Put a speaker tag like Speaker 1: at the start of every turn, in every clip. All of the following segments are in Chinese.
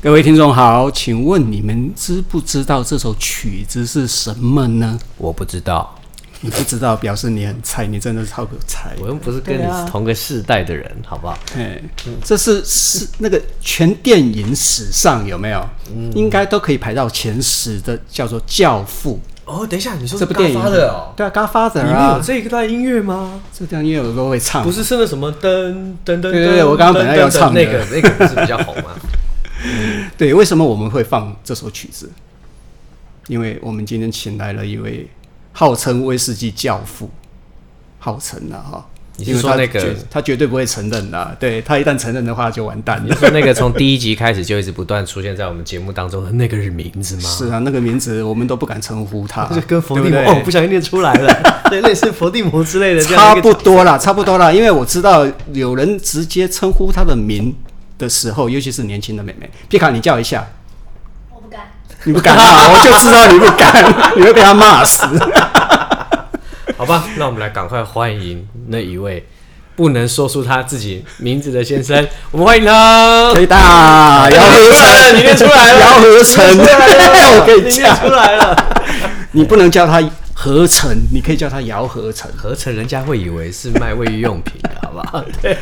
Speaker 1: 各位听众好，请问你们知不知道这首曲子是什么呢？
Speaker 2: 我不知道，
Speaker 1: 你不知道，表示你很菜，你真的超有菜。
Speaker 2: 我又不是跟
Speaker 1: 对啊
Speaker 2: 你同个世代的人，好不好？
Speaker 1: 哎，这是是那个全电影史上有没有？应该都可以排到前十的，叫做《教父
Speaker 3: 哦，等一下，你》说
Speaker 1: 这部电影。
Speaker 3: 发的哦，
Speaker 1: 对啊，Godfather
Speaker 3: 里面有
Speaker 1: 啊，
Speaker 2: 嗯
Speaker 3: 这一段音乐吗？
Speaker 1: 这段音乐我都会
Speaker 2: 啊
Speaker 1: 唱。
Speaker 3: 不是是那什么噔噔噔，
Speaker 1: 对对对我刚刚本来要唱的
Speaker 3: 那个那个不是比较红吗？
Speaker 1: 对，为什么我们会放这首曲子？因为我们今天请来了一位号称威士忌教父，号称的、哈。
Speaker 2: 你是
Speaker 1: 因为
Speaker 2: 说
Speaker 1: 他
Speaker 2: 那个
Speaker 1: 绝他绝对不会承认的、对他一旦承认的话就完蛋
Speaker 2: 你
Speaker 1: 了。
Speaker 2: 说那个从第一集开始就一直不断出现在我们节目当中的那个人名字吗？
Speaker 1: 是啊，那个名字我们都不敢称呼他，
Speaker 2: 就跟伏地魔
Speaker 1: 对不
Speaker 2: 哦
Speaker 1: 对，
Speaker 2: 不小心念出来 了，对，类似伏地魔之类的这样
Speaker 1: 差
Speaker 2: 一
Speaker 1: 不
Speaker 2: 个。
Speaker 1: 多啦，差不多啦，因为我知道有人直接称呼他的名的时候，尤其是年轻的妹妹，皮卡，你叫一下，
Speaker 4: 我不敢。
Speaker 1: 你不敢啊？我就知道你不敢，你 会被他骂死。
Speaker 2: 好吧，那我们来赶快欢迎那一位不能说出他自己名字的先生，我们欢 迎他。
Speaker 1: 推大哎姚和成，
Speaker 2: 哎你念出来了
Speaker 1: 姚和成，我跟你
Speaker 2: 你念
Speaker 1: 讲，
Speaker 2: 出来了，
Speaker 1: 你不能叫他合成，你可以叫他姚合成。
Speaker 2: 合成人家会以为是卖卫浴用品的，好不 好？对，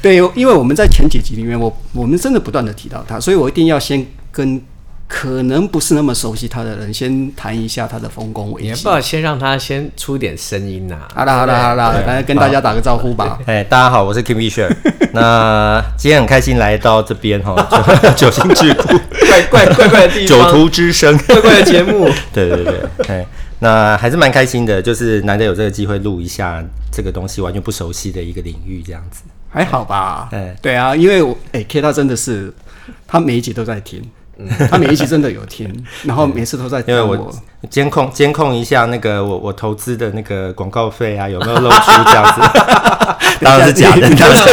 Speaker 1: 对，因为我们在前几集里面，我我们真的不断的提到他，所以我一定要先跟可能不是那么熟悉他的人先谈一下他的丰功伟
Speaker 2: 你要
Speaker 1: 绩
Speaker 2: 不。要先让他先出点声音呐、
Speaker 1: 好啦好啦好啦，来跟大家打个招呼吧。
Speaker 5: 哎，大家好，我是 Kim v s h e 那今天很开心来到这边 哈，九九星之谷，
Speaker 2: 怪怪怪怪的地
Speaker 5: 九
Speaker 2: 方，
Speaker 5: 途之 声，
Speaker 2: 怪怪的 节目。
Speaker 5: 对对对，哎，那还是蛮开心的，就是难得有这个机会录一下这个东西完全不熟悉的一个领域这样子。
Speaker 1: 还好吧
Speaker 5: 哎？
Speaker 1: 对啊，因为我哎、k 他真的是，他每一集都在听，
Speaker 2: 嗯
Speaker 1: 他每一集真的有听，然后每次都 在
Speaker 5: 因为
Speaker 1: 听
Speaker 5: 我监控监控一下那个我我投资的那个广告费啊，有没有露出这样 子？当然是假的，当然是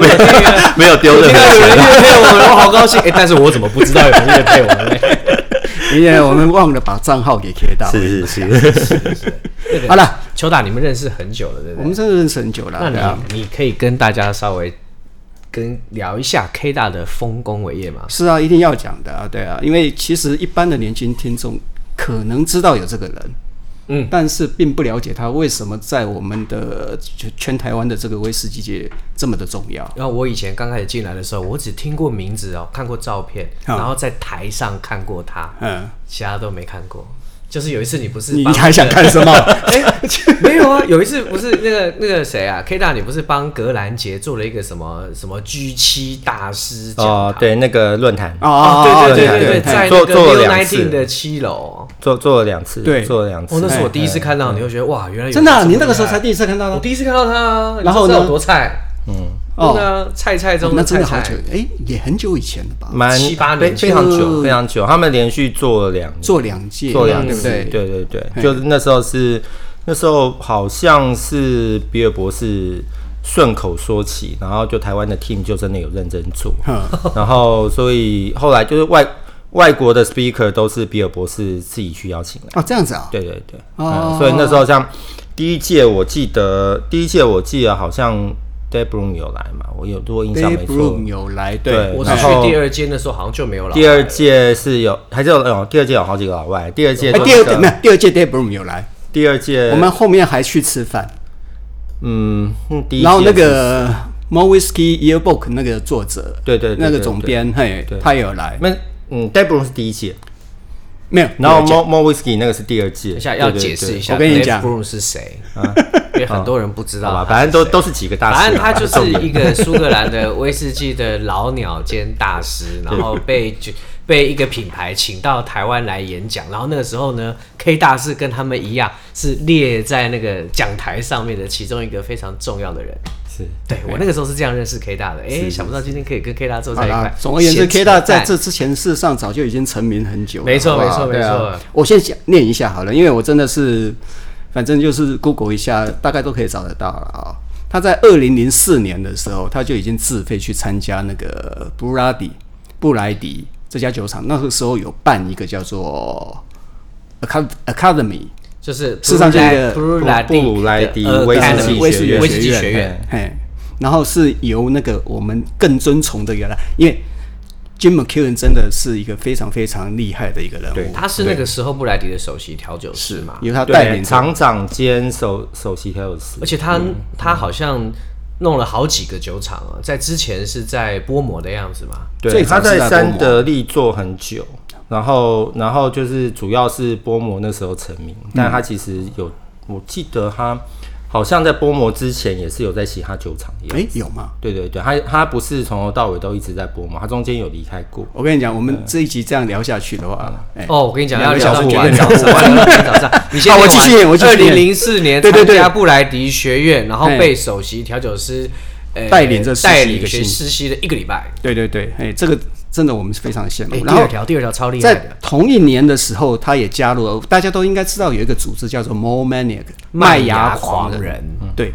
Speaker 5: 没有 没有丢任
Speaker 2: 你看
Speaker 5: 何
Speaker 2: 有人
Speaker 5: 钱。
Speaker 2: 乐配我们，我好高兴。哎、但是我怎么不知道有人乐配我们呢？
Speaker 1: 因为我们忘了把账号给 K 到。
Speaker 5: 是是是，
Speaker 1: 好了，
Speaker 2: 邱大，你们认识很久了，对不
Speaker 1: 我
Speaker 2: 对
Speaker 1: 们？真的认识很久了。对
Speaker 2: 那
Speaker 1: 啊，
Speaker 2: 你你可以跟大家稍微跟聊一下 K 大的丰功伟业吗？
Speaker 1: 是啊，一定要讲的啊，对啊，因为其实一般的年轻听众可能知道有这个人，
Speaker 2: 嗯，
Speaker 1: 但是并不了解他为什么在我们的全全台湾的这个威士忌界这么的重要。
Speaker 2: 然后我以前刚开始进来的时候，我只听过名字哦，看过照片，
Speaker 1: 好
Speaker 2: 然后在台上看过他，
Speaker 1: 嗯，
Speaker 2: 其他都没看过。就是有一次你不是
Speaker 1: 你
Speaker 2: 帮
Speaker 1: 还想看 什么？
Speaker 2: 哎、 没有啊，有一次不是那个那个谁啊，K 大，你不是帮格兰杰做了一个什么什么 G 七大师讲堂
Speaker 5: 哦，对，那个论坛
Speaker 1: 哦
Speaker 2: 哦，对对对对对，
Speaker 5: 对
Speaker 2: 在那
Speaker 5: 做
Speaker 2: 个
Speaker 5: 做
Speaker 2: New
Speaker 5: 了两次
Speaker 2: Nineteen 的七楼，
Speaker 5: 做做了两次，
Speaker 1: 对
Speaker 5: 做了两次。
Speaker 2: 哦，那是我第一次看到你，会觉得哇，原来有
Speaker 1: 真的啊、
Speaker 2: 这么
Speaker 1: 你那个时候
Speaker 2: 厉
Speaker 1: 才
Speaker 2: 害
Speaker 1: 第一次看到
Speaker 2: 我
Speaker 1: 他
Speaker 2: 第一次看到他，啊
Speaker 1: 然后呢
Speaker 2: 你知道有多菜，
Speaker 1: 哦
Speaker 2: 对啊，菜菜中
Speaker 1: 那真
Speaker 2: 菜
Speaker 1: 的好久
Speaker 2: 菜，，
Speaker 1: 哎、也很久以前了吧？
Speaker 5: 蛮
Speaker 2: 七八
Speaker 5: 非
Speaker 2: 年
Speaker 5: 非常久，非常久。他们连续做了两
Speaker 1: 嗯
Speaker 5: 年
Speaker 1: 做两届，
Speaker 5: 做两
Speaker 1: 对不
Speaker 5: 次，
Speaker 1: 对？
Speaker 5: 对对对，就是那时候是那时候好像是比尔博士顺口说起，然后就台湾的 team 就真的有认真做，
Speaker 1: 嗯
Speaker 5: 然后所以后来就是外外国的 speaker 都是比尔博士自己去邀请来，
Speaker 1: 哦，这样子啊、
Speaker 5: 对对对，
Speaker 1: 哦
Speaker 5: 嗯，所以那时候像第一届我记得第一届我记得好像 d e b r u n 有来嘛，我有如果印
Speaker 1: d
Speaker 5: 象
Speaker 1: a
Speaker 5: 没
Speaker 1: v
Speaker 5: 错
Speaker 1: Broom。有来，
Speaker 5: 对
Speaker 2: 我是
Speaker 5: 然后
Speaker 2: 去第二届那时候好像就没有了，
Speaker 5: 第二届是有，还是有哦，第二届有好几个老外。第二届、
Speaker 1: 哎、第二届没
Speaker 5: 届，
Speaker 1: 有，第二届 d a v Broom 有来，
Speaker 5: 第二届
Speaker 1: 我们后面还去吃饭。
Speaker 5: 嗯，嗯第一
Speaker 1: 然后
Speaker 5: 届
Speaker 1: 那
Speaker 5: 是
Speaker 1: 个 More Whiskey Yearbook 那个作者，
Speaker 5: 对对对
Speaker 1: 那个
Speaker 5: 对
Speaker 1: 总
Speaker 5: 对
Speaker 1: 编，嘿
Speaker 5: 对，
Speaker 1: 他也有来，
Speaker 5: 那嗯 d e b r o n 是第一届，
Speaker 1: 没有？
Speaker 5: 然后
Speaker 1: 没有
Speaker 5: Mo Mo Whisky 那个是第二届。
Speaker 2: 等一下
Speaker 5: 对
Speaker 2: 要
Speaker 5: 对
Speaker 2: 解
Speaker 5: 对
Speaker 2: 释一下，
Speaker 1: 我跟你讲
Speaker 2: b r o o 是谁，啊因为很多人不知
Speaker 5: 好
Speaker 2: 道
Speaker 5: 吧，
Speaker 2: 他啊
Speaker 5: 反
Speaker 2: 是谁，
Speaker 5: 正都都是几个大师嘛，啊
Speaker 2: 反正他就
Speaker 5: 重
Speaker 2: 是
Speaker 5: 点
Speaker 2: 一个苏格兰的威士忌的老鸟兼大师，然后被就被一个品牌请到台湾来演讲，然后那个时候呢，K 大师跟他们一样是列在那个讲台上面的其中一个非常重要的人。
Speaker 5: 是
Speaker 2: 对我那个时候是这样认识 K 大的，哎、想不到今天可以跟 K 大坐在一
Speaker 1: 好啦
Speaker 2: 块。
Speaker 1: 总而言之
Speaker 2: 闲扯
Speaker 1: ，K 大在
Speaker 2: 淡
Speaker 1: 这之前事实上早就已经成名很久了，
Speaker 2: 没错
Speaker 1: 好不好
Speaker 2: 没错
Speaker 1: 对啊
Speaker 2: 没错
Speaker 1: 我先讲念一下好了，因为我真的是，反正就是 Google 一下，大概都可以找得到了啊、他在二零零四年的时候，他就已经自费去参加那个布拉迪布莱迪这家酒厂，那个时候有办一个叫做 Acad- Academy。
Speaker 2: 就是
Speaker 1: 事实上就是一个
Speaker 2: 布鲁莱
Speaker 5: 布布鲁莱迪
Speaker 2: 的
Speaker 5: 威士
Speaker 2: Academy，
Speaker 5: 忌
Speaker 2: 威
Speaker 5: 学院
Speaker 2: 士忌
Speaker 1: 哎
Speaker 2: 学院。
Speaker 1: 嘿，然后是由那个我们更遵从的原来，因为 Jim McKeon 真的是一个非常非常厉害的一个人
Speaker 5: 对
Speaker 1: 物，
Speaker 2: 他是那个时候布莱迪的首席调酒师嘛，
Speaker 1: 由他带
Speaker 5: 对，
Speaker 1: 领着
Speaker 5: 厂长兼首首席调酒师
Speaker 2: 而，且他、
Speaker 1: 嗯
Speaker 2: 他好像弄了好几个酒厂啊，在之前是在波摩的样子嘛，
Speaker 5: 对，
Speaker 1: 最早
Speaker 5: 他
Speaker 1: 是在
Speaker 5: 在
Speaker 1: 波
Speaker 5: 三
Speaker 1: 摩
Speaker 5: 得利做很久，然后然后就是主要是波摩那时候成名，但他其实有，我记得他好像在波摩之前也是有在嘻哈酒厂业。
Speaker 1: 哎、有吗？
Speaker 5: 对对对，他他不是从头到尾都一直在波摩，他中间有离开过。
Speaker 1: 我跟你讲，
Speaker 2: 嗯
Speaker 1: 我们这一集这样聊下去的话，哎、
Speaker 2: 哦，我跟你讲，要
Speaker 1: 两个小时
Speaker 2: 聊到今
Speaker 1: 我
Speaker 2: 天
Speaker 1: 觉
Speaker 2: 早 上，要聊到今天早上。你先
Speaker 1: 好我继续演我继
Speaker 2: 二
Speaker 1: 续
Speaker 2: 零
Speaker 1: 演
Speaker 2: 零四年
Speaker 1: 对对
Speaker 2: 参
Speaker 1: 对
Speaker 2: 加布莱迪学院，然后
Speaker 1: 嘿
Speaker 2: 被首席调酒师呃
Speaker 1: 带领着实习
Speaker 2: 带
Speaker 1: 一
Speaker 2: 领
Speaker 1: 个
Speaker 2: 学
Speaker 1: 星期
Speaker 2: 实习的一个礼拜。
Speaker 1: 对对对，哎、这个真的我们是非常羡慕。
Speaker 2: 哎，第
Speaker 1: 然后
Speaker 2: 二条，第二条超厉害
Speaker 1: 在
Speaker 2: 的，
Speaker 1: 同一年的时候，他也加入了，大家都应该知道有一个组织叫做 More Maniac
Speaker 2: 麦芽
Speaker 1: 芽
Speaker 2: 狂
Speaker 1: 人。
Speaker 2: 人
Speaker 1: 对，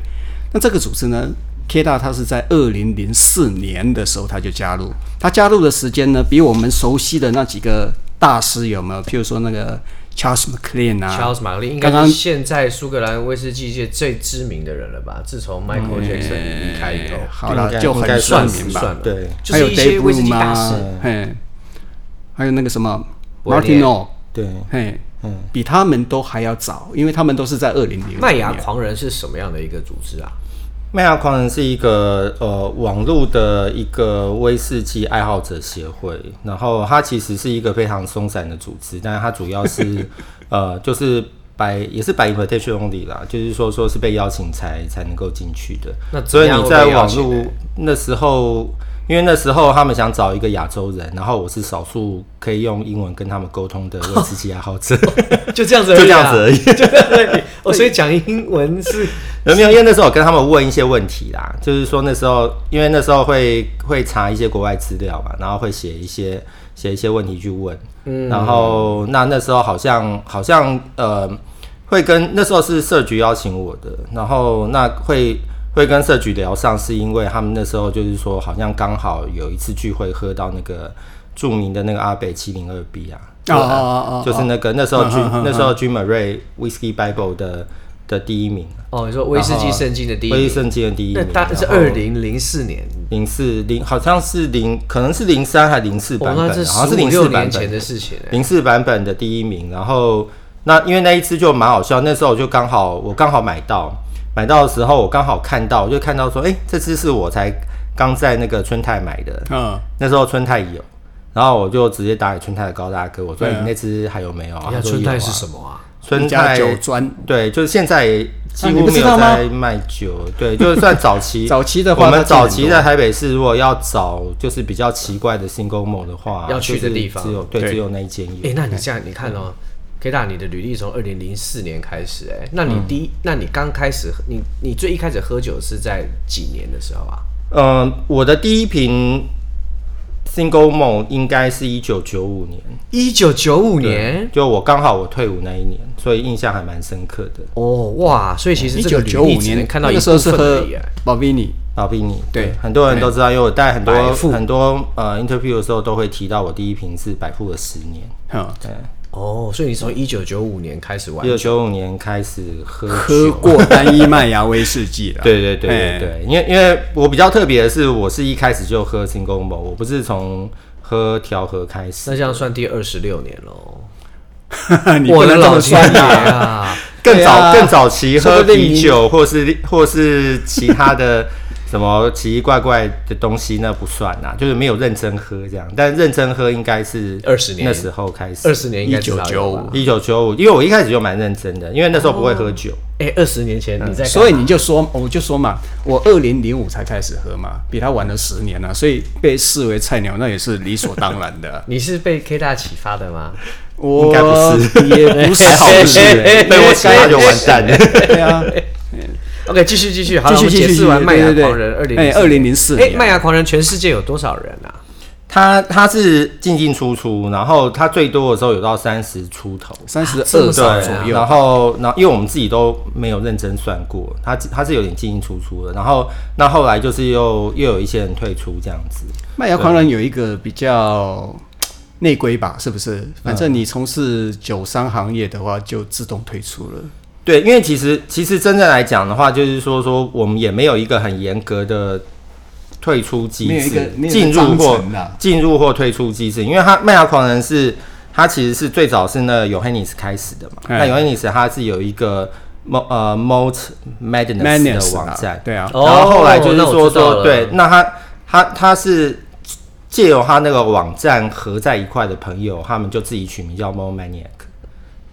Speaker 1: 那这个组织呢，K 大他是在二零零四年的时候他就加入，他加入的时间呢，比我们熟悉的那几个大师有没有？譬如说那个 Charles McLean 啊，
Speaker 2: Charles m a c l e 应该
Speaker 1: 刚刚
Speaker 2: 是现在苏格兰威士忌界最知名的人了吧？自从 Michael Jackson 离开以后，
Speaker 1: 哎好了
Speaker 5: 应该
Speaker 1: 就
Speaker 5: 应该
Speaker 1: 很
Speaker 5: 算
Speaker 1: 算
Speaker 5: 是
Speaker 1: 明
Speaker 2: 算
Speaker 1: 吧。
Speaker 2: 了，
Speaker 5: 对，
Speaker 2: 就
Speaker 1: 还有
Speaker 2: 是一些
Speaker 1: Dave
Speaker 2: 威士忌
Speaker 1: Bloom
Speaker 2: 大师
Speaker 1: 啊。，嘿，还有那个什么
Speaker 2: 伯列
Speaker 1: Martino，
Speaker 5: 对，
Speaker 1: 嘿，
Speaker 5: 嗯
Speaker 1: 比他们都还要早，因为他们都是在二零零
Speaker 2: 麦芽狂人是什么样的一个组织 啊？
Speaker 5: 麦芽狂人是一个呃网络的一个威士忌爱好者协会，然后它其实是一个非常松散的组织，但是它主要是呃就是白也是白 invitation only 啦，就是说说是被邀请才才能够进去的。
Speaker 2: 那怎
Speaker 5: 所
Speaker 2: 么
Speaker 5: 以
Speaker 2: 样
Speaker 5: 你在
Speaker 2: 会被邀
Speaker 5: 网
Speaker 2: 请
Speaker 5: 络
Speaker 2: 呢
Speaker 5: 那时候，因为那时候他们想找一个亚洲人，然后我是少数可以用英文跟他们沟通的威士忌爱好者，
Speaker 2: 就这样子，啊
Speaker 5: 就这样 子而已。
Speaker 2: 对，哦，所以讲英文是
Speaker 5: 有没有？因为那时候我跟他们问一些问题啦，就是说那时候，因为那时候会会查一些国外资料嘛，然后会写一些写一些问题去问，嗯，然后那那时候好像好像呃，会跟那时候是社局邀请我的，然后那会会跟社局聊上，是因为他们那时候就是说好像刚好有一次聚会喝到那个著名的那个阿北七零二 B 啊，
Speaker 1: 哦哦哦哦，
Speaker 5: 就是那个那时候
Speaker 1: 嗯
Speaker 5: 君
Speaker 1: 嗯嗯嗯
Speaker 5: 那时候君 Murray Whisky Bible 的的第一名。啊
Speaker 2: 哦，你说威士忌圣经的第一
Speaker 5: 威
Speaker 2: 名，
Speaker 5: 圣经的第哦一
Speaker 2: 那
Speaker 5: 名，
Speaker 2: 大是二零零四年，
Speaker 5: 零四零，好像是零，可能是零三还零四
Speaker 2: 哦
Speaker 5: 版，本
Speaker 2: 那这，
Speaker 5: 好
Speaker 2: 十
Speaker 5: 像是
Speaker 2: 五
Speaker 5: 零
Speaker 2: 六
Speaker 5: 四版
Speaker 2: 年前的
Speaker 5: 本，
Speaker 2: 事情欸
Speaker 5: 零四版本的第一名。然后那因为那一次就蛮好笑，那时候我就刚好我刚好买到，买到的时候我刚好看到，我就看到说，哎、这只是我才刚在那个春泰买的，
Speaker 1: 嗯，
Speaker 5: 那时候春泰有，然后我就直接打给春泰的高大哥，我说、
Speaker 1: 对啊
Speaker 5: 你那只还有没有啊？
Speaker 2: 你
Speaker 5: 他
Speaker 2: 看
Speaker 5: 说
Speaker 2: 哎春
Speaker 5: 有
Speaker 2: 泰
Speaker 5: 啊
Speaker 2: 是什么啊？
Speaker 5: 春
Speaker 1: 加
Speaker 5: 泰
Speaker 1: 酒专。
Speaker 5: 对，就是现在也几
Speaker 1: 啊你不
Speaker 5: 乎没
Speaker 1: 知
Speaker 5: 有
Speaker 1: 道吗
Speaker 5: 在卖酒，对，就是算早 期。
Speaker 1: 早期的话
Speaker 5: 我
Speaker 1: 它
Speaker 5: 们
Speaker 1: 真的
Speaker 5: 早
Speaker 1: 很
Speaker 5: 期
Speaker 1: 多
Speaker 5: 在台北市，如果要找就是比较奇怪的 single mall 的话，
Speaker 2: 要去的
Speaker 5: 就是
Speaker 2: 地方
Speaker 5: 只有对，
Speaker 1: 对
Speaker 5: 只有那一间有。啊
Speaker 2: 哎，那你这样你看哦。K 大，你的履历从二零零四年开始、哎，那
Speaker 5: 嗯
Speaker 2: 你第一，那你刚开始，你你最一开始喝酒是在几年的时候啊？
Speaker 5: 嗯，我的第一瓶 single mall 应该是一九九五年，
Speaker 2: 一九九五
Speaker 5: 对
Speaker 2: 年，
Speaker 5: 就我刚好我退伍那一年，所以印象还蛮深刻的。
Speaker 2: 哦，哇，所以其实
Speaker 1: 一
Speaker 2: 这个
Speaker 1: 九
Speaker 2: 履
Speaker 1: 九五
Speaker 2: 历只能
Speaker 1: 年
Speaker 2: 看到
Speaker 1: 那
Speaker 2: 一
Speaker 1: 个时
Speaker 2: 部
Speaker 1: 候是
Speaker 2: 分而
Speaker 1: 喝
Speaker 2: 已、哎
Speaker 1: Bobini，
Speaker 5: 老比你
Speaker 1: 对
Speaker 5: 很多人都知道，因为我带很多
Speaker 2: 百富
Speaker 5: 很多呃 interview 的时候都会提到，我第一瓶是百富的十年。
Speaker 1: 嗯，
Speaker 2: 哦，所以你从一九九五年开始玩
Speaker 5: 一九九五年开始喝
Speaker 1: 喝
Speaker 5: 酒
Speaker 1: 过单一麦芽威士忌了。
Speaker 5: 对对对对
Speaker 1: 哎
Speaker 5: 对，因为因为我比较特别的是，我是一开始就喝 single malt，我不是从喝调和开
Speaker 2: 那
Speaker 5: 始。
Speaker 2: 这样算第二十六年喽。
Speaker 1: 哎 你
Speaker 2: 我
Speaker 1: 不
Speaker 2: 的
Speaker 1: 能这
Speaker 2: 老
Speaker 1: 么
Speaker 2: 天
Speaker 1: 算
Speaker 2: 爷
Speaker 1: 啊！
Speaker 2: 啊！
Speaker 5: 更
Speaker 1: 对
Speaker 5: 早、
Speaker 1: 啊
Speaker 5: 更早期
Speaker 1: 说
Speaker 5: 喝
Speaker 1: 不定
Speaker 5: 啤
Speaker 1: 你
Speaker 5: 酒，或是或是其他的什么奇奇怪怪的东西，那不算啦、就是没有认真喝这样。但认真喝应该是
Speaker 2: 20年
Speaker 5: 那时候开始，
Speaker 2: 二十年应该至少有吧
Speaker 1: 1995
Speaker 5: 一九九五，因为我一开始就蛮认真的，因为那时候不会喝酒。
Speaker 2: 哎，二十年前你在干嘛，。
Speaker 1: 所以你就说，我就说嘛，我二零零五才开始喝嘛，比他晚了十年了、啊所以被视为菜鸟那也是理所当然的
Speaker 2: 你是被 K 大启发的吗？
Speaker 1: 我
Speaker 5: 应该不
Speaker 1: 是，也不是，好不是、欸，
Speaker 5: 被我想到就 完蛋了。
Speaker 1: 对啊，
Speaker 2: OK，继续继续，好了，
Speaker 1: 继
Speaker 2: 我
Speaker 1: 续
Speaker 2: 们解
Speaker 1: 继续
Speaker 2: 释完
Speaker 1: 继续
Speaker 2: 麦芽
Speaker 1: 对对对
Speaker 2: 狂人二零
Speaker 1: 哎2004
Speaker 2: 哎，
Speaker 1: 年
Speaker 2: 麦芽狂人全世界有多少人啊？
Speaker 5: 他他是进进出出，然后他最多的时候有到三十出头，
Speaker 1: 三十
Speaker 2: 这么
Speaker 1: 二
Speaker 2: 少
Speaker 1: 左
Speaker 2: 人啊
Speaker 1: 右。
Speaker 5: 然后然后因为我们自己都没有认真算过，他他是有点进进出出的，然后那后来就是又又有一些人退出这样子，
Speaker 1: 麦芽狂人有一个比较内规吧，是不是？反正你从事酒商行业的话，就自动退出了。
Speaker 5: 对，因为其实其实真正来讲的话，就是说说我们也没有一个很严格的退出机
Speaker 1: 没有一个
Speaker 5: 制
Speaker 1: 没，有一个
Speaker 5: 进入
Speaker 1: 章
Speaker 5: 或
Speaker 1: 程啊
Speaker 5: 进入或退出机制，因为它麦芽狂人是它其实是最早是那 Johannes 开始的嘛，
Speaker 1: 哎
Speaker 5: 那 Johannes 它是有一个 mo 呃 mot madness
Speaker 1: Madness
Speaker 5: 的
Speaker 1: 啊
Speaker 5: 网站，
Speaker 1: 对啊
Speaker 5: 然后后来
Speaker 2: 哦
Speaker 5: 就是
Speaker 2: 那我
Speaker 5: 说
Speaker 2: 知道
Speaker 5: 说
Speaker 2: 了
Speaker 5: 对，那他他他是借由他那个网站合在一块的朋友，他们就自己取名叫 Mo Maniac。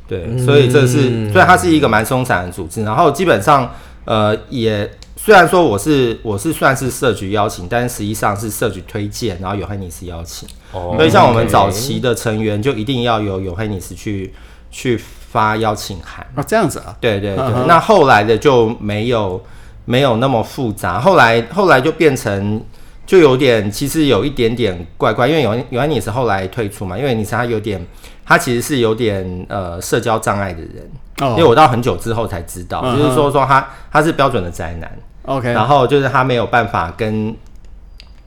Speaker 5: 对，
Speaker 2: 嗯
Speaker 5: 所以这是，所以它是一个蛮松散的组织。然后基本上，呃，也虽然说我是我是算是社局邀请，但实际上是社局推荐，然后有黑尼斯邀请。
Speaker 2: 哦
Speaker 5: 所以像我们
Speaker 2: OK
Speaker 5: 早期的成员，就一定要由有黑尼斯去去发邀请函。
Speaker 1: 哦，这样子啊，
Speaker 5: 对对对，
Speaker 1: 嗯哼
Speaker 5: 那后来的就没有没有那么复杂，后来后来就变成就有点其实有一点点怪怪，因为有有安妮是后来退出嘛，因为你是他有点他其实是有点呃社交障碍的人，
Speaker 1: 哦
Speaker 5: 因为我到很久之后才知道，
Speaker 1: 嗯哼
Speaker 5: 就是说说他他是标准的宅男，
Speaker 1: ，OK，
Speaker 5: 然后就是他没有办法跟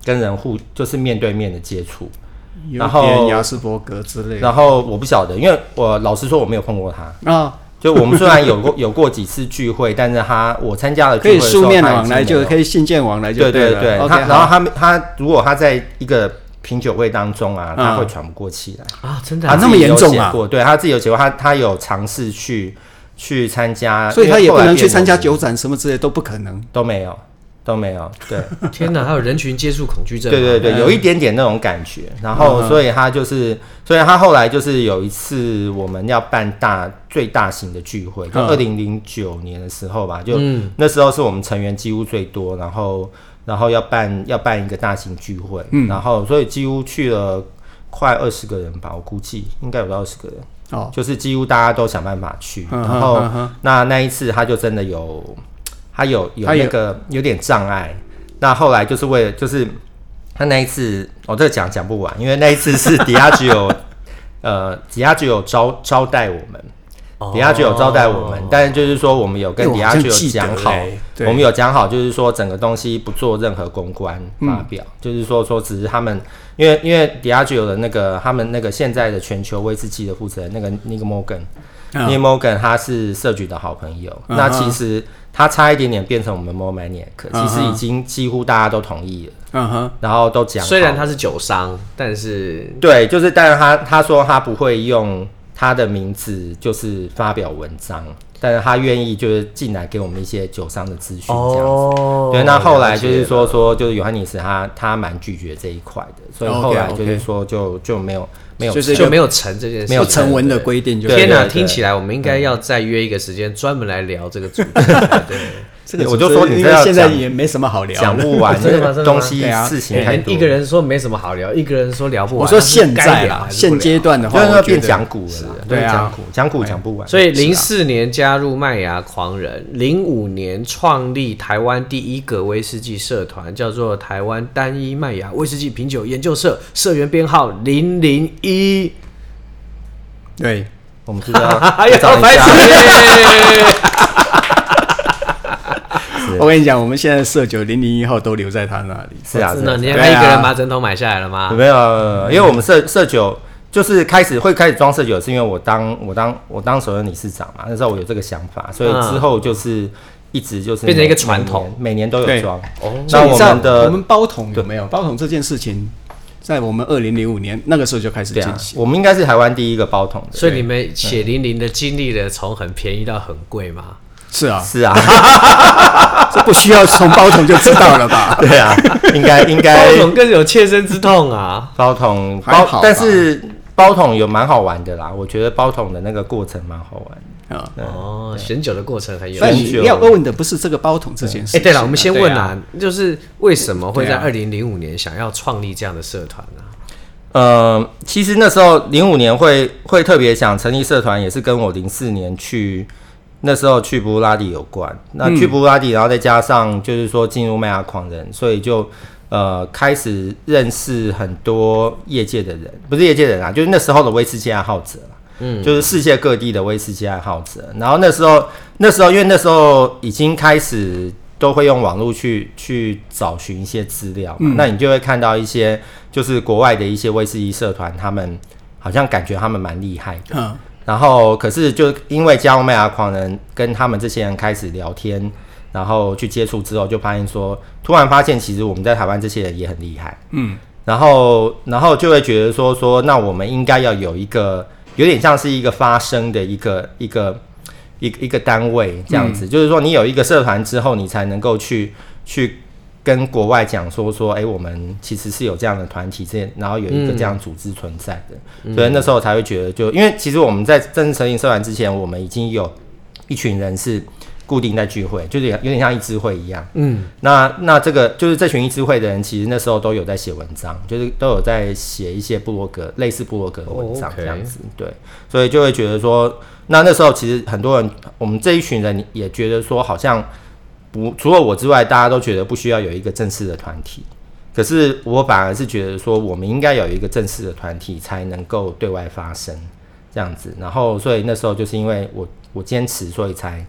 Speaker 5: 跟人互就是面对面的接触，
Speaker 1: 有
Speaker 5: 然后
Speaker 1: 点雅斯伯格之类的
Speaker 5: 然后我不晓得，因为我老实说我没有碰过他，
Speaker 1: 啊，
Speaker 5: 就我们虽然有过有过几次聚会，但是他我参加了聚
Speaker 1: 可
Speaker 5: 会
Speaker 1: 以
Speaker 5: 的时候
Speaker 1: 书面
Speaker 5: 他已
Speaker 1: 往
Speaker 5: 经
Speaker 1: 来就
Speaker 5: 没有
Speaker 1: 可以信件往来就
Speaker 5: 对对
Speaker 1: 了
Speaker 5: 对，
Speaker 1: ，OK，
Speaker 5: 他然后
Speaker 1: 好
Speaker 5: 他们他如果他在一个品酒会当中啊，他
Speaker 1: 嗯
Speaker 5: 会喘不过气来，
Speaker 2: 啊，真的
Speaker 5: 他
Speaker 1: 啊
Speaker 5: 自
Speaker 1: 那么
Speaker 5: 己
Speaker 1: 严
Speaker 5: 有
Speaker 1: 重
Speaker 5: 写
Speaker 1: 啊
Speaker 5: 过对他自己有写过，他他有尝试去去参加，
Speaker 1: 所以他也
Speaker 5: 因
Speaker 1: 不
Speaker 5: 为后来
Speaker 1: 能去
Speaker 5: 变
Speaker 1: 参加
Speaker 5: 成
Speaker 1: 酒展什么之类都不可能。
Speaker 5: 都没有都没有，对
Speaker 2: 天哪，还有人群接触恐惧症吗，啊
Speaker 5: 对对
Speaker 1: 嗯
Speaker 5: 对，有一点点那种感觉，然后所以他就是，所以他后来就是有一次我们要办大最大型的聚会，就
Speaker 1: 嗯
Speaker 5: 二零零九年的时候吧，就那时候是我们成员几乎最多，然后然后要办要办一个大型聚会，
Speaker 1: 嗯
Speaker 5: 然后所以几乎去了快二十个人吧，我估计应该有到二十个人，
Speaker 1: 哦，
Speaker 5: 就是几乎大家都想办法去，
Speaker 1: 嗯
Speaker 5: 然后
Speaker 1: 嗯嗯
Speaker 5: 那那一次他就真的有，他有有
Speaker 1: 他有
Speaker 5: 那个有点障碍，那后来就是为了就是他那一次，我、这个讲讲不完，因为那一次是 迪亚吉有，呃，迪亚吉有招招待我们。
Speaker 2: 哦
Speaker 5: 迪亚吉有招待我们，但是就是说我们有
Speaker 1: 哎
Speaker 5: 跟
Speaker 1: 我
Speaker 5: 迪
Speaker 1: 好
Speaker 5: 亚
Speaker 1: 像
Speaker 5: 吉有
Speaker 1: 记得
Speaker 5: 讲好
Speaker 1: 嘞，对
Speaker 5: 我们有讲好，就是说整个东西不做任何公关发表，
Speaker 2: 嗯
Speaker 5: 就是说说只是他们，因为因为迪亚吉有的那个他们那个现在的全球威士忌的负责人那个 Nick Morgan，
Speaker 1: 嗯
Speaker 5: Neil Morgan 他是社局的好朋友，
Speaker 1: 嗯哼
Speaker 5: 那其实他差一点点变成我们 Mo Maniac，、其实已经几乎大家都同意了，
Speaker 1: 嗯哼，
Speaker 5: 然后都讲好。
Speaker 2: 虽然他是酒商，但是
Speaker 5: 对，就是但是他他说他不会用他的名字就是发表文章，但是他愿意就是进来给我们一些酒商的资讯这样子。
Speaker 2: 哦
Speaker 5: 对，那后来就是说说就是尤汉尼斯他他蛮拒绝这一块的，所以后来
Speaker 1: OK，OK
Speaker 5: 就是说就就没有没有
Speaker 1: 就是
Speaker 5: 成
Speaker 2: 就没有成这件事，
Speaker 5: 没有
Speaker 1: 不成文的规定就
Speaker 5: 对
Speaker 1: 是
Speaker 2: 天哪，
Speaker 5: 对对
Speaker 2: 听起来我们应该要再约一个时间，专门来聊这个 主题。
Speaker 1: 这个
Speaker 5: 我
Speaker 1: 主
Speaker 5: 就
Speaker 1: 持
Speaker 5: 说
Speaker 1: 人
Speaker 5: 你
Speaker 1: 因
Speaker 5: 这
Speaker 1: 为
Speaker 5: 要
Speaker 1: 现在
Speaker 5: 讲
Speaker 1: 也没什么好聊
Speaker 5: 讲
Speaker 1: 的。
Speaker 5: 不完，
Speaker 2: 真的吗
Speaker 5: 那
Speaker 2: 真的吗
Speaker 5: 东西
Speaker 1: 对啊
Speaker 5: 事情太多。
Speaker 2: 哎一个人说没什么好聊，一个人说聊不完。
Speaker 1: 我说
Speaker 2: 那是
Speaker 1: 现
Speaker 2: 该
Speaker 1: 在
Speaker 2: 聊
Speaker 1: 啦，
Speaker 2: 还是
Speaker 1: 现
Speaker 2: 不聊
Speaker 1: 阶段的
Speaker 5: 就
Speaker 1: 话，
Speaker 5: 是
Speaker 1: 我
Speaker 5: 要
Speaker 1: 觉
Speaker 5: 变
Speaker 1: 得
Speaker 5: 讲古了啦，
Speaker 1: 对啊
Speaker 5: 讲古讲古讲不完。
Speaker 2: 所以零四年加入麦芽狂人，零五年创立台湾第一个威士忌社团，叫做台湾单一麦芽威士忌品酒研究社，社员编号零零一。
Speaker 1: 对，
Speaker 5: 我们知 道
Speaker 2: 哎呀，
Speaker 5: 找一
Speaker 2: 白
Speaker 5: 下，
Speaker 2: 痴！
Speaker 1: 我跟你讲，我们现在社九零零一号都留在他那里。
Speaker 5: 是啊，是
Speaker 2: 那
Speaker 5: 啊
Speaker 2: 你
Speaker 1: 对啊啊
Speaker 2: 还一个人把枕头买下来了吗？
Speaker 5: 没有，因为我们社社酒就是开始会开始装社酒，是因为我当我当我当首任理事长嘛，那时候我有这个想法，所以之后就是一直就是
Speaker 2: 变成一个
Speaker 5: 每
Speaker 2: 传统，
Speaker 5: 每年都有装。
Speaker 2: 哦，
Speaker 5: 那
Speaker 1: 所以你
Speaker 5: 我
Speaker 1: 知道
Speaker 5: 们的
Speaker 1: 我们包桶有没有包桶这件事情，在我们二零零五年那个时候就开始
Speaker 5: 对啊
Speaker 1: 进，行。
Speaker 5: 我们应该是台湾第一个包桶的，
Speaker 2: 所以你们血淋淋的经历了从很便宜到很贵吗？
Speaker 1: 是啊，
Speaker 5: 是啊，
Speaker 1: 这不需要从包桶就知道了吧？
Speaker 5: 对啊，应该应
Speaker 2: 包
Speaker 5: 该
Speaker 2: 总更有切身之痛啊！
Speaker 5: 包桶
Speaker 1: 还好
Speaker 5: 包
Speaker 1: 吧，
Speaker 5: 但是包桶有蛮好玩的啦，我觉得包桶的那个过程蛮好玩的。
Speaker 1: 啊，
Speaker 2: 哦，选酒的过程很有
Speaker 1: 但
Speaker 2: 趣。
Speaker 1: 你要问的不是这个包桶这件事
Speaker 2: 哎、
Speaker 1: 情。
Speaker 2: 对了，我们先问
Speaker 5: 对
Speaker 2: 啊，就是为什么会在
Speaker 1: 对
Speaker 2: 二
Speaker 1: 啊
Speaker 2: 零零五年想要创立这样的社团啊呢、
Speaker 5: 呃，其实那时候零五年会会特别想成立社团，也是跟我零四年去那时候去布拉迪有关。那去布拉迪，然后再加上就是说进入麦芽狂人，所以就呃开始认识很多业界的人，不是业界的人啊，就是那时候的威士忌爱好者啦。嗯，就是世界各地的威士忌爱好者。然后那时候，那时候因为那时候已经开始都会用网络去去找寻一些资料嘛，那你就会看到一些就是国外的一些威士忌社团，他们好像感觉他们蛮厉害的。
Speaker 1: 嗯，
Speaker 5: 然后可是就因为加入麦芽狂人跟他们这些人开始聊天，然后去接触之后，就发现说，突然发现其实我们在台湾这些人也很厉害，嗯，然后然后就会觉得说说，那我们应该要有一个有点像是一个发声的一个一个一个一个单位这样子，就是说你有一个社团之后，你才能够去去。跟国外讲说说，哎、我们其实是有这样的团体，这然后有一个这样组织存在的，所以那时候才会觉得就，因为其实我们在正式成立社团之前，我们已经有一群人是固定在聚会，就是有点像一支会一样。嗯，那那这个就是这群一支会的人，其实那时候都有在写文章，就是都有在写一些部落格类似部落格的文章
Speaker 2: 哦，OK
Speaker 5: 这样子。对，所以就会觉得说，那那时候其实很多人，我们这一群人也觉得说，好像不除了我之外，大家都觉得不需要有一个正式的团体。可是我反而是觉得说，我们应该有一个正式的团体，才能够对外发声这样子。然后，所以那时候就是因为我我坚持，所以才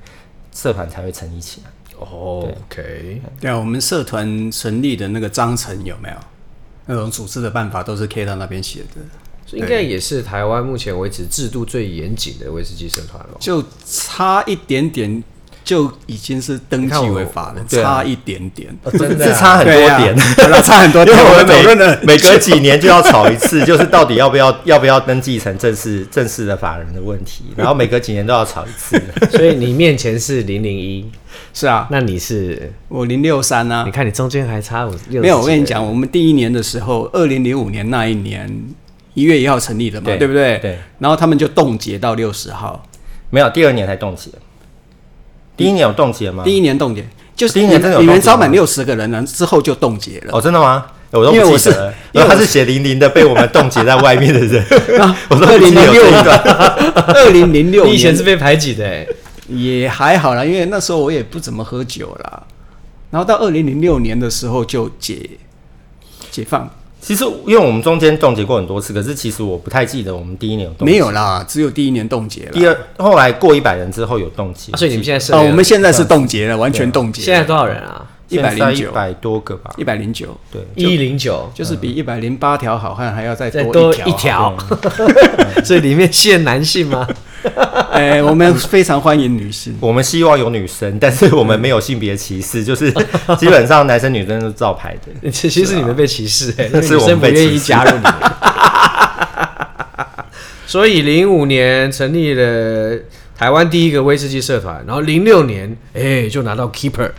Speaker 5: 社团才会成立起来。
Speaker 2: 哦，OK，
Speaker 1: 对啊，我们社团成立的那个章程有没有？那种组织的办法都是 K 到那边写的，
Speaker 2: 所以应该也是台湾目前为止制度最严谨的威士忌社团了。
Speaker 1: 就差一点点就已经是登记违法了，
Speaker 5: 对啊
Speaker 1: 差一点点，
Speaker 5: 真
Speaker 2: 的啊
Speaker 5: 是差很多
Speaker 1: 哦对啊
Speaker 5: 点，，
Speaker 1: 对啊差很多
Speaker 5: 因
Speaker 1: 点。
Speaker 5: 为我们
Speaker 1: 讨论了
Speaker 5: 每每隔几年就要吵一 次，就是到底要不要要不要登记成正式正式的法人的问题，然后每隔几年都要吵一次。
Speaker 2: 所以你面前是零 零一，
Speaker 1: 是啊，
Speaker 2: 那你是？
Speaker 1: 我零六三啊
Speaker 2: 你，看你中间还差五六。
Speaker 1: 没有，我跟你，讲，我们第一年的时候，二零零五年那一年一月一号成立的嘛，
Speaker 5: 对
Speaker 1: 对不对？
Speaker 5: 对。
Speaker 1: 然后他们就冻结到六十号，
Speaker 5: 没有，第二年才冻结。第一年有冻结吗？
Speaker 1: 第一年冻结，就是
Speaker 5: 啊第一
Speaker 1: 你
Speaker 5: 年真的有
Speaker 1: 你们
Speaker 5: 冻结
Speaker 1: 招满
Speaker 5: 吗
Speaker 1: 六十个人了之后就冻结了。
Speaker 5: 哦，真的吗？我都
Speaker 1: 因为
Speaker 5: 不
Speaker 1: 我
Speaker 5: 记
Speaker 1: 是
Speaker 5: 得了，
Speaker 1: 因为
Speaker 5: 因为
Speaker 1: 我
Speaker 5: 他是血淋淋的 被我们冻结在外面的人， 我都
Speaker 1: 啊二
Speaker 5: 不
Speaker 1: 零
Speaker 5: 记得
Speaker 1: 零
Speaker 5: 有
Speaker 1: 六
Speaker 5: 这一段。
Speaker 1: 二零零六
Speaker 2: 你以前
Speaker 1: 年
Speaker 2: 是被排挤的欸，
Speaker 1: 也还好啦，因为那时候我也不怎么喝酒啦。然后到二零零六年的时候就解解放，
Speaker 5: 其实，因为我们中间冻结过很多次，可是其实我不太记得我们第一年有冻结，
Speaker 1: 没有啦，只有第一年冻结
Speaker 5: 第
Speaker 1: 了。
Speaker 5: 二后来过一百人之后有冻结，
Speaker 2: 啊所以你们现在社
Speaker 1: 哦，
Speaker 2: 员
Speaker 1: 我们现在是冻
Speaker 5: 啊
Speaker 1: 结了，完全冻结。
Speaker 2: 现在多少人啊？
Speaker 1: 一百零
Speaker 5: 一
Speaker 1: 九，
Speaker 5: 百嗯多个吧？
Speaker 1: 一百零九，
Speaker 5: 对，
Speaker 2: 一零九，
Speaker 1: 就是比一百零八条好汉还要再
Speaker 2: 再
Speaker 1: 多
Speaker 2: 多
Speaker 1: 一
Speaker 2: 一
Speaker 1: 条。嗯
Speaker 2: 条， 所以里面限男性吗？
Speaker 1: 哎，我们非常欢迎女性。
Speaker 5: 我们希望有女生，但是我们没有性别歧视，就是 基本上男生女生都是照排的。
Speaker 2: 其其
Speaker 1: 啊
Speaker 2: 实你们被 歧视哎，因为女
Speaker 5: 是我们
Speaker 2: 生不
Speaker 5: 被
Speaker 2: 愿
Speaker 5: 歧
Speaker 2: 意
Speaker 5: 视
Speaker 2: 加入 你们。所以零五年成立了台湾第一个威士忌社团，然后零六年哎、就拿到 Keeper，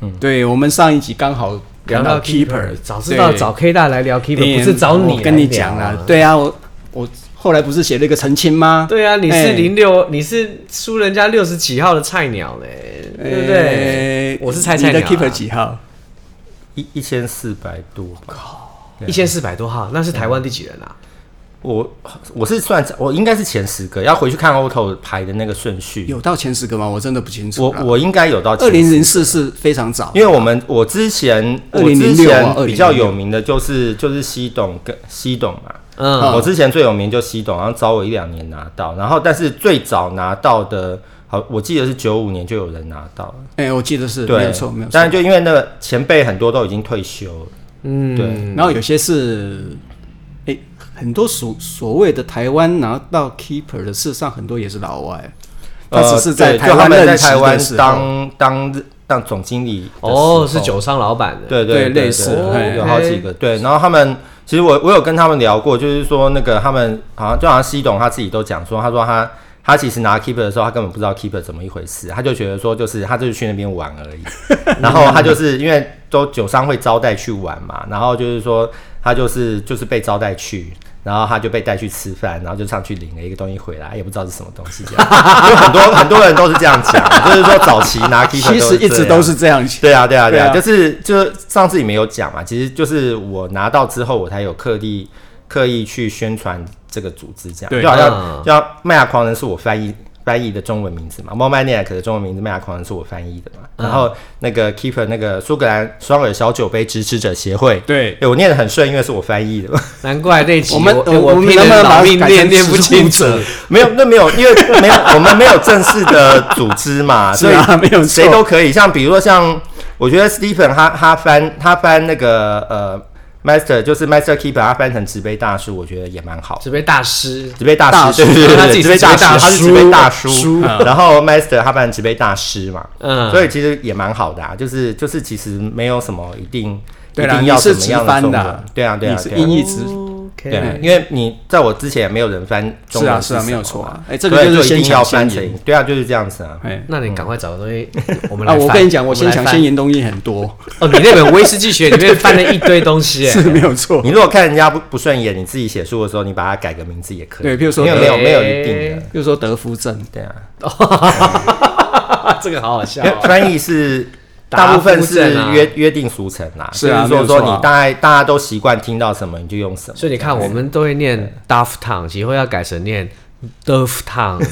Speaker 5: 嗯
Speaker 1: 对我们上一集刚好
Speaker 2: 聊
Speaker 1: 到
Speaker 2: 到
Speaker 1: keeper，
Speaker 2: Keeper，早知道
Speaker 1: 对
Speaker 2: 找 K 大来聊 Keeper，不是找你
Speaker 1: 我
Speaker 2: 来
Speaker 1: 跟你
Speaker 2: 聊
Speaker 1: 讲啦
Speaker 2: 啊，。
Speaker 1: 对啊，我我后来不是写了一个澄清吗？
Speaker 2: 对啊，你是
Speaker 1: 哎
Speaker 2: 零六，你是输人家六十几号的菜鸟嘞，对不对
Speaker 1: 哎？
Speaker 2: 我是菜菜
Speaker 1: 你
Speaker 2: 鸟
Speaker 5: 啊
Speaker 2: 啊
Speaker 1: 的 keeper 几号？
Speaker 5: 一一千四百多吧，
Speaker 2: 一千四百多号，那是台湾第几人啊？
Speaker 1: 嗯
Speaker 5: 我我是算我应该是前十个，要回去看 Auto 排的那个顺序。
Speaker 1: 有到前十个吗？我真的不清楚
Speaker 5: 我
Speaker 1: 啦。
Speaker 5: 我应该有到
Speaker 1: 二零
Speaker 5: 70
Speaker 1: 零四是非常早
Speaker 5: 因，为我们我之前我之
Speaker 1: 2006啊
Speaker 5: 前比较有名的就是就是西董跟西董嘛，
Speaker 2: 嗯，
Speaker 1: 嗯
Speaker 5: 我之前最有名就西董，然后早我一两年拿到，然后但是最早拿到的，好我记得是九五年就有人拿到了，
Speaker 1: 哎、我记得是
Speaker 5: 对，
Speaker 1: 没有错，没有错
Speaker 5: 但。是就因为那个前辈很多都已经退休了，嗯，对，
Speaker 1: 然后有些是，哎、很多所所谓的台湾拿到 keeper 的，事实上很多也是老外，他只是在
Speaker 5: 呃对
Speaker 1: 台
Speaker 5: 就他
Speaker 1: 湾
Speaker 5: 们
Speaker 1: 任
Speaker 5: 在
Speaker 1: 职
Speaker 5: 台
Speaker 1: 的
Speaker 5: 湾
Speaker 1: 时候
Speaker 5: 当当当总经理的
Speaker 2: 哦，
Speaker 5: 时
Speaker 2: 是
Speaker 5: 候
Speaker 2: 酒商老板的，
Speaker 5: 对
Speaker 1: 对
Speaker 5: 对
Speaker 1: 类似嘿
Speaker 5: 对有好几个对。然后他们其实我我有跟他们聊过，就是说那个他们好像就好像西董他自己都讲说，他说他他其实拿 keeper 的时候，他根本不知道 keeper 怎么一回事，他就觉得说就是他就是去那边玩 而已。然后他就是因为都酒商会招待去玩嘛，然后就是说他就是就是被招待去。然后他就被带去吃饭，然后就上去领了一个东西回来，也不知道是什么东西，这样。因为很多很多人都是这样讲，就是说早期拿 keeper
Speaker 1: 其实一
Speaker 5: 这
Speaker 1: 直
Speaker 5: 样
Speaker 1: 都是这样。
Speaker 5: 对啊，对啊，对
Speaker 1: 对
Speaker 5: 啊，
Speaker 1: 啊
Speaker 5: 就是就是上次你们有讲嘛，其实就是我拿到之后，我才有刻意刻意去宣传这个组织，这样
Speaker 1: 对
Speaker 5: 就好
Speaker 2: 嗯
Speaker 5: 像叫麦芽狂人是我翻译翻译的中文名字嘛 m o m a n i a c 的中文名字麦芽狂人是我翻译的嘛，
Speaker 1: 嗯
Speaker 5: 然后那个 Keeper 那个苏格兰双耳小酒杯支持者协会，
Speaker 1: 对，
Speaker 5: 对我念的很顺，因为是我翻译的嘛。
Speaker 2: 难怪那集
Speaker 1: 我们
Speaker 2: 我
Speaker 1: 我们
Speaker 2: 拼
Speaker 1: 能不能
Speaker 2: 了
Speaker 1: 把
Speaker 2: 老
Speaker 1: 它
Speaker 2: 命
Speaker 1: 改
Speaker 2: 念
Speaker 1: 成
Speaker 2: 念不
Speaker 1: 植物
Speaker 2: 清楚，
Speaker 1: 者
Speaker 5: 没有，那没有，因为没有，我们没有正式的组织嘛，
Speaker 1: 是
Speaker 5: 所以
Speaker 1: 啊没有错
Speaker 5: 谁都可以。像比如说像，我觉得 Stephen 他他翻他翻那个呃 master 就是 master keeper，他翻成纸杯大叔，我觉得也蛮好的。
Speaker 2: 只被大师
Speaker 5: 纸杯大
Speaker 1: 大
Speaker 5: 师，
Speaker 1: 叔
Speaker 5: 对对对
Speaker 2: 他自己是
Speaker 5: 对，纸杯大
Speaker 2: 纸杯大
Speaker 5: 师，他是
Speaker 2: 叔
Speaker 5: 纸杯大
Speaker 2: 叔
Speaker 5: 叔，嗯然后 master 他翻成纸杯大师嘛，
Speaker 2: 嗯
Speaker 5: 所以其实也蛮好的啊，就是就是其实没有什么一定
Speaker 1: 对
Speaker 5: 一
Speaker 1: 啦，
Speaker 5: 定
Speaker 1: 你
Speaker 5: 要
Speaker 1: 是
Speaker 5: 怎么
Speaker 1: 直
Speaker 5: 样的
Speaker 1: 翻
Speaker 5: 风
Speaker 1: 的
Speaker 5: 格
Speaker 1: 啊，，
Speaker 5: 对啊对啊
Speaker 1: 你是
Speaker 5: 对啊
Speaker 1: 音译直，
Speaker 5: 对啊
Speaker 1: 嗯
Speaker 2: ，OK，，
Speaker 5: 因为你在我之前也没有人翻中
Speaker 1: 是
Speaker 5: 文
Speaker 1: 啊是啊，
Speaker 5: 什么
Speaker 1: 没有错啊。哎，这
Speaker 5: 对
Speaker 1: 个就是
Speaker 5: 就一
Speaker 1: 先
Speaker 5: 定要
Speaker 1: 抢
Speaker 5: 翻
Speaker 1: 先
Speaker 5: 成
Speaker 1: 赢。，
Speaker 5: 对啊，就是这样子啊。
Speaker 1: 哎，
Speaker 2: 那你赶快找个东西，我们
Speaker 1: 啊，
Speaker 2: 来
Speaker 1: 我
Speaker 2: 翻
Speaker 1: 跟你讲，我先
Speaker 2: 们来
Speaker 1: 抢
Speaker 2: 翻
Speaker 1: 先赢东西很多，
Speaker 2: 哦，你那本威士忌学里面翻了一堆东西，哎
Speaker 1: 是没有错
Speaker 5: 你。如果看人家不不顺眼，你自己写书的时候，你把它改个名字也可以。
Speaker 1: 对譬如说
Speaker 5: 因为没有
Speaker 2: 哎
Speaker 5: 没有一定的，
Speaker 1: 比如说德芙 症，
Speaker 5: 对啊，
Speaker 2: 这个好好笑
Speaker 1: 哎
Speaker 5: 因为
Speaker 2: 哦。
Speaker 5: 翻译是大
Speaker 2: 达
Speaker 5: 部
Speaker 2: 夫
Speaker 5: 分
Speaker 2: 证
Speaker 5: 是
Speaker 2: 啊
Speaker 5: 约约定俗成啦，
Speaker 1: 是啊
Speaker 5: 就
Speaker 1: 没
Speaker 5: 是
Speaker 1: 有
Speaker 5: 说
Speaker 1: 错
Speaker 5: 说
Speaker 1: 啊
Speaker 5: 你大概大家都习惯听到什么你就用什么。
Speaker 2: 所以你看，我们都会念 Duff Town，以后要改成念 Duff Town，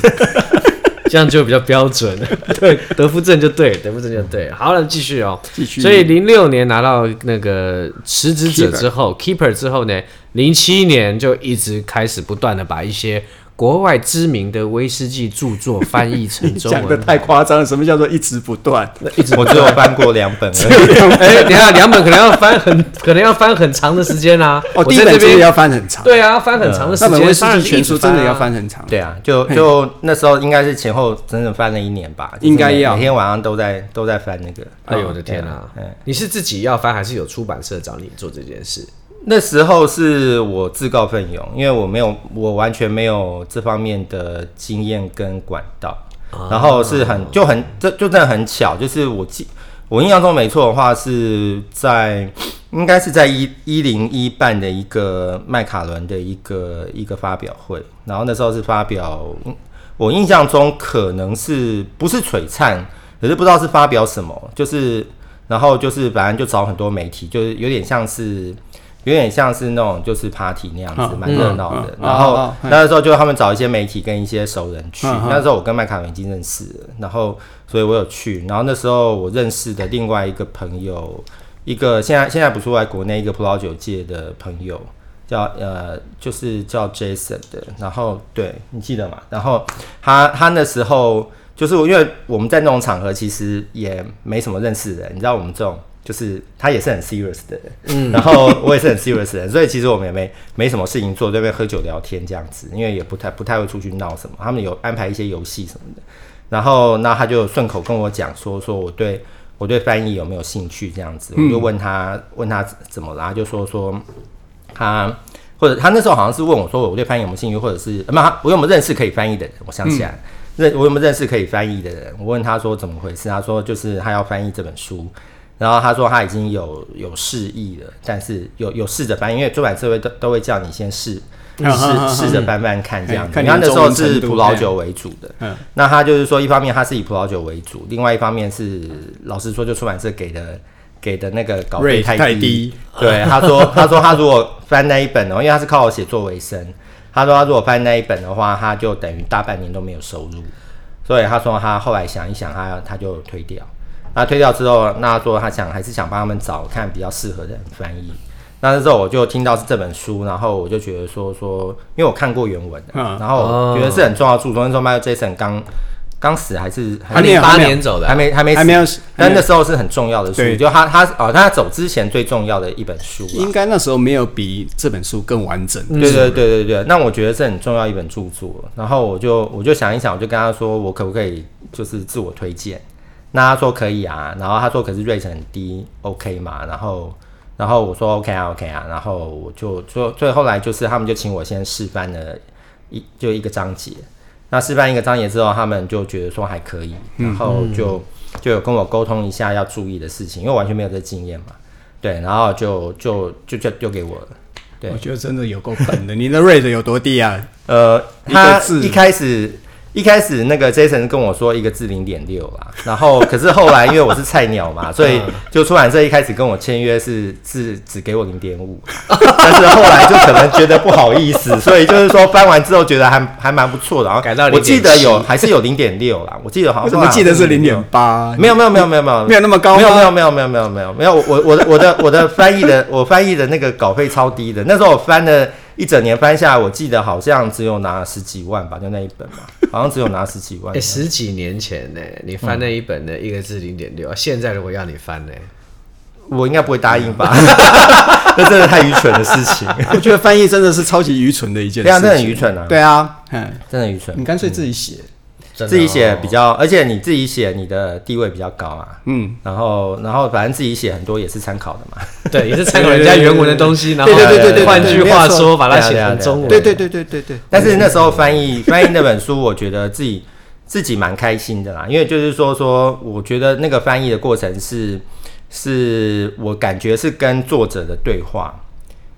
Speaker 2: 这样就比较标 准。 对，德夫证就对，德夫证就对。好了，继续哦。
Speaker 1: 嗯继续
Speaker 2: 所以零六年拿到那个辞职者之后 Keeper 之后呢，零七年就一直开始不断的把一些国外知名的威士忌著作翻译成中
Speaker 1: 讲的
Speaker 2: 文。啊
Speaker 1: 太夸张了，什么叫做 一直不断？
Speaker 5: 我只有翻过两本而已，
Speaker 2: 哎，等一下两本可能要翻很，可能要翻很长的时间啦、
Speaker 1: 哦，
Speaker 2: 我
Speaker 1: 第一
Speaker 2: 在
Speaker 1: 本
Speaker 2: 这
Speaker 1: 真的
Speaker 2: 边
Speaker 1: 要翻很长，
Speaker 2: 对啊，翻很长的时
Speaker 1: 那
Speaker 2: 间，
Speaker 1: 本威士
Speaker 2: 当然
Speaker 1: 忌
Speaker 2: 是
Speaker 1: 全
Speaker 2: 一
Speaker 1: 书
Speaker 2: 直
Speaker 1: 真的
Speaker 2: 翻
Speaker 1: 要
Speaker 2: 啊
Speaker 1: 翻很长。
Speaker 5: 对啊，就就那时候应该是前后整整翻了一年吧，就是
Speaker 1: 应该
Speaker 5: 每
Speaker 1: 要
Speaker 5: 每天晚上都在都在翻那个。
Speaker 2: 哎呦我的天啊
Speaker 5: 对啊！
Speaker 2: 你是自己要翻，还是有出版社找你做这件事？
Speaker 5: 那时候是我自告奋勇，因为我没有，我完全没有这方面的经验跟管道，
Speaker 1: 哦
Speaker 5: 然后是
Speaker 1: 啊
Speaker 5: 很就很这就真的很巧，就是我记我印象中没错的话是在应该是在一一零一办的一个麦卡伦的一个一个发表会，然后那时候是发表，嗯我印象中可能是不是璀璨，可是不知道是发表什么，就是然后就是反正就找很多媒体，就是有点像是。有点像是那种就是 party 那样子，
Speaker 1: 嗯
Speaker 5: 蛮热闹的
Speaker 1: 嗯。嗯
Speaker 5: 然
Speaker 1: 嗯
Speaker 5: 后
Speaker 1: 嗯
Speaker 5: 那时候就他们找一些媒体跟一些熟人去。
Speaker 1: 嗯嗯
Speaker 5: 那时候我跟麦卡伦已经认识了，然后所以我有去。然后那时候我认识的另外一个朋友，一个现在现在不是在国内一个葡萄酒界的朋友，叫呃就是叫 Jason 的。然后对你记得吗？然后他他那时候就是因为我们在那种场合其实也没什么认识的人，你知道我们这种。就是他也是很 serious 的人，嗯，然后我也是很 serious 的人，所以其实我们也没没什么事情做，这边喝酒聊天这样子，因为也不太不太会出去闹什么，他们有安排一些游戏什么的，然后那他就顺口跟我讲说，说我对我对翻译有没有兴趣这样子，
Speaker 1: 嗯
Speaker 5: 我就问他问他怎么了，他就说说他或者他那时候好像是问我说我对翻译有没有兴趣，或者是呃没有他我有没有认识可以翻译的人，我想起
Speaker 1: 嗯
Speaker 5: 来。认我有没有认识可以翻译的人？我问他说怎么回事，他说就是他要翻译这本书，然后他说他已经有有示意了，但是有有试着翻译，因为出版社会都都会叫你先试
Speaker 1: 嗯嗯嗯
Speaker 5: 试试着翻翻看这样
Speaker 1: 嗯
Speaker 5: 子。
Speaker 1: 看你
Speaker 5: 他那时候
Speaker 1: 的中文
Speaker 5: 是
Speaker 1: 程度
Speaker 5: 葡萄酒为主的，
Speaker 1: 嗯
Speaker 5: 那他就是说，一方面他是以葡萄酒为主，另外一方面是老实说，就出版社给的给的那个稿费
Speaker 1: Rate 太
Speaker 5: 低
Speaker 1: 低。
Speaker 5: 对，他说他说他如果翻那一本哦，因为他是靠我写作为生，他说他如果翻那一本的话，他就等于大半年都没有收入，所以他说他后来想一想他，他就推掉。那推掉之后，那他说他想还是想帮他们找看比较适合的人翻译。那时候我就听到是这本书，然后我就觉得说说，因为我看过原文的，
Speaker 1: 嗯
Speaker 5: 然后我觉得是很重要的著作。那时候 Michael Jackson 刚刚死还是
Speaker 1: 还没有
Speaker 2: 八
Speaker 1: 还没有
Speaker 2: 年走的啊、
Speaker 5: 还没还没
Speaker 1: 哦还没有
Speaker 5: 死但那时候是很重要的书，
Speaker 1: 对
Speaker 5: 就他他哦，他走之前最重要的一本书啊。
Speaker 1: 应该那时候没有比这本书更完整。
Speaker 5: 对对对对对，那我觉得这很重要一本著作。然后我就我就想一想，我就跟他说，我可不可以就是自我推荐？那他说可以啊，然后他说可是 rate 很低，OK 嘛？然后然后我说 OK 啊 OK 啊，然后我就最最后来就是他们就请我先示范了一就一个章节。那示范一个章节之后，他们就觉得说还可以，然后就、就有跟我沟通一下要注意的事情，因为我完全没有这经验嘛。对，然后就就就就丢给我了。对
Speaker 1: 我觉得真的有够笨的，你的 rate 有多低啊？
Speaker 5: 呃，
Speaker 1: 一个
Speaker 5: 他
Speaker 1: 字
Speaker 5: 一开始一开始那个 Jason 跟我说一个字零点六 啦，然后可是后来因为我是菜鸟嘛，所
Speaker 1: 嗯
Speaker 5: 以就出版社一开始跟我签约是是只给我零点五，但是后来就可能觉得不好意 思，所以就是说翻完之后觉得还还蛮不错的，然后
Speaker 2: 改到0.7
Speaker 5: 我记得有还是有零点六啦，我记得好
Speaker 1: 我
Speaker 5: 像啊嗯
Speaker 1: 怎么记得是零点八？
Speaker 5: 没有没有没有没有没有
Speaker 1: 没有那么高
Speaker 5: 没有
Speaker 1: 吗
Speaker 5: 没有没有没有没有没有没有我我的我的我的翻译的我翻译的那个稿费超低的，那时候我翻了一整年翻下来，我记得好像只有拿十几万吧，就那一本嘛，好像只有拿十几万
Speaker 2: 哎、。十
Speaker 1: 嗯
Speaker 2: 几年前呢、你翻那一本的一个字零点六，现在如果要你翻呢、
Speaker 5: 我应该不会答应吧？那真的太愚蠢的事情，
Speaker 1: 我觉得翻译真的是超级愚蠢的一件事
Speaker 5: 对啊，
Speaker 1: 情，
Speaker 5: 那很愚蠢啊，
Speaker 1: 对啊，嗯，
Speaker 5: 真的很愚蠢
Speaker 1: 你。干脆自己写，
Speaker 2: 真的
Speaker 5: 自己写
Speaker 2: 哦
Speaker 5: 比较，而且你自己写，你的地位比较高啊。
Speaker 1: 嗯，
Speaker 5: 然后，然后反正自己写很多也是参考的嘛。
Speaker 2: 对，也是参考人家原文的东西，然后
Speaker 1: 对
Speaker 5: 对对对对
Speaker 2: 换句话
Speaker 1: 没有
Speaker 2: 说，
Speaker 1: 错
Speaker 2: 把它写
Speaker 5: 对啊对啊
Speaker 2: 成中文。
Speaker 1: 对对对对对对，
Speaker 5: 但是那时候翻译 翻译那本书，我觉得自己自己蛮开心的啦，因为就是说说，我觉得那个翻译的过程是是我感觉是跟作者的对话，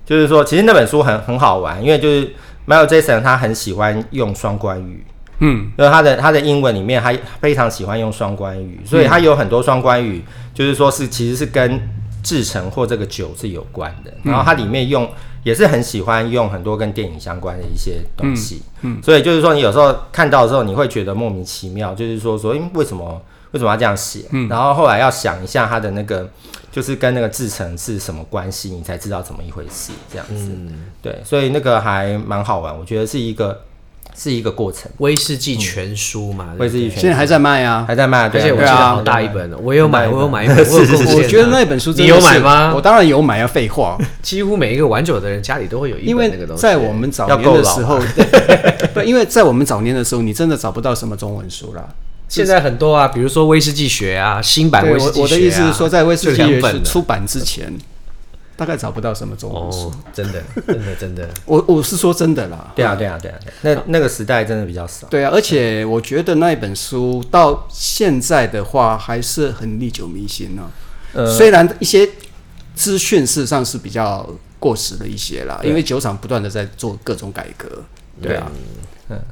Speaker 5: 就是说，其实那本书很很好玩，因为就是 Michael Jackson 他很喜欢用双关语，
Speaker 1: 嗯，
Speaker 5: 就是他的他的英文里面，他非常喜欢用双关语，所以他有很多双关语，就是说是其实是跟制成或这个酒是有关的。然后它里面用也是很喜欢用很多跟电影相关的一些东西，嗯，所以就是说你有时候看到的时候，你会觉得莫名其妙，就是说说，嗯，为什么为什么要这样写？然后后来要想一下它的那个就是跟那个制成是什么关系，你才知道怎么一回事，这样子，对，所以那个还蛮好玩，我觉得是一个是一个过程。
Speaker 2: 威士忌全书嘛，
Speaker 5: 会是一
Speaker 2: 对
Speaker 5: 拳。
Speaker 1: 现在还在卖啊。
Speaker 5: 还在卖，
Speaker 2: 而
Speaker 5: 对啊
Speaker 2: 且我记
Speaker 5: 对
Speaker 2: 得
Speaker 5: 啊
Speaker 2: 好大一本哦，我有买，我有买一本，我有
Speaker 5: 是是
Speaker 2: 贡献啊
Speaker 1: 我觉得那本书真
Speaker 2: 你
Speaker 1: 的是
Speaker 2: 有买吗
Speaker 1: 我？当然有买啊，废 话，
Speaker 2: 几乎每一个玩酒的人家里都会有一
Speaker 1: 因
Speaker 2: 本
Speaker 1: 为
Speaker 2: 那个东西。
Speaker 1: 在我们早
Speaker 5: 要
Speaker 1: 年
Speaker 5: 够
Speaker 1: 的
Speaker 5: 老
Speaker 1: 时 候，对不，因为在我们早年的时候，你真的找不到什么中文书啦。
Speaker 2: 现在很多啊，比如说威士忌学啊，新版
Speaker 1: 对，
Speaker 2: 威士
Speaker 1: 我我
Speaker 2: 忌学啊
Speaker 1: 的意思是说，在威士忌
Speaker 2: 就
Speaker 1: 学
Speaker 2: 两本
Speaker 1: 是
Speaker 2: 了
Speaker 1: 出版之前，大概找不到什么中文书。
Speaker 2: 哦，真的，真的，真的，
Speaker 1: 我我是说真的啦，
Speaker 5: 对啊，对啊，对啊，对啊那那个时代真的比较少。
Speaker 1: 对啊，而且我觉得那一本书到现在的话，还是很历久弥新呢、
Speaker 5: 呃
Speaker 1: 虽然一些资讯事实上是比较过时了一些啦，因为酒厂不断的在做各种改革，
Speaker 2: 嗯
Speaker 1: 对啊。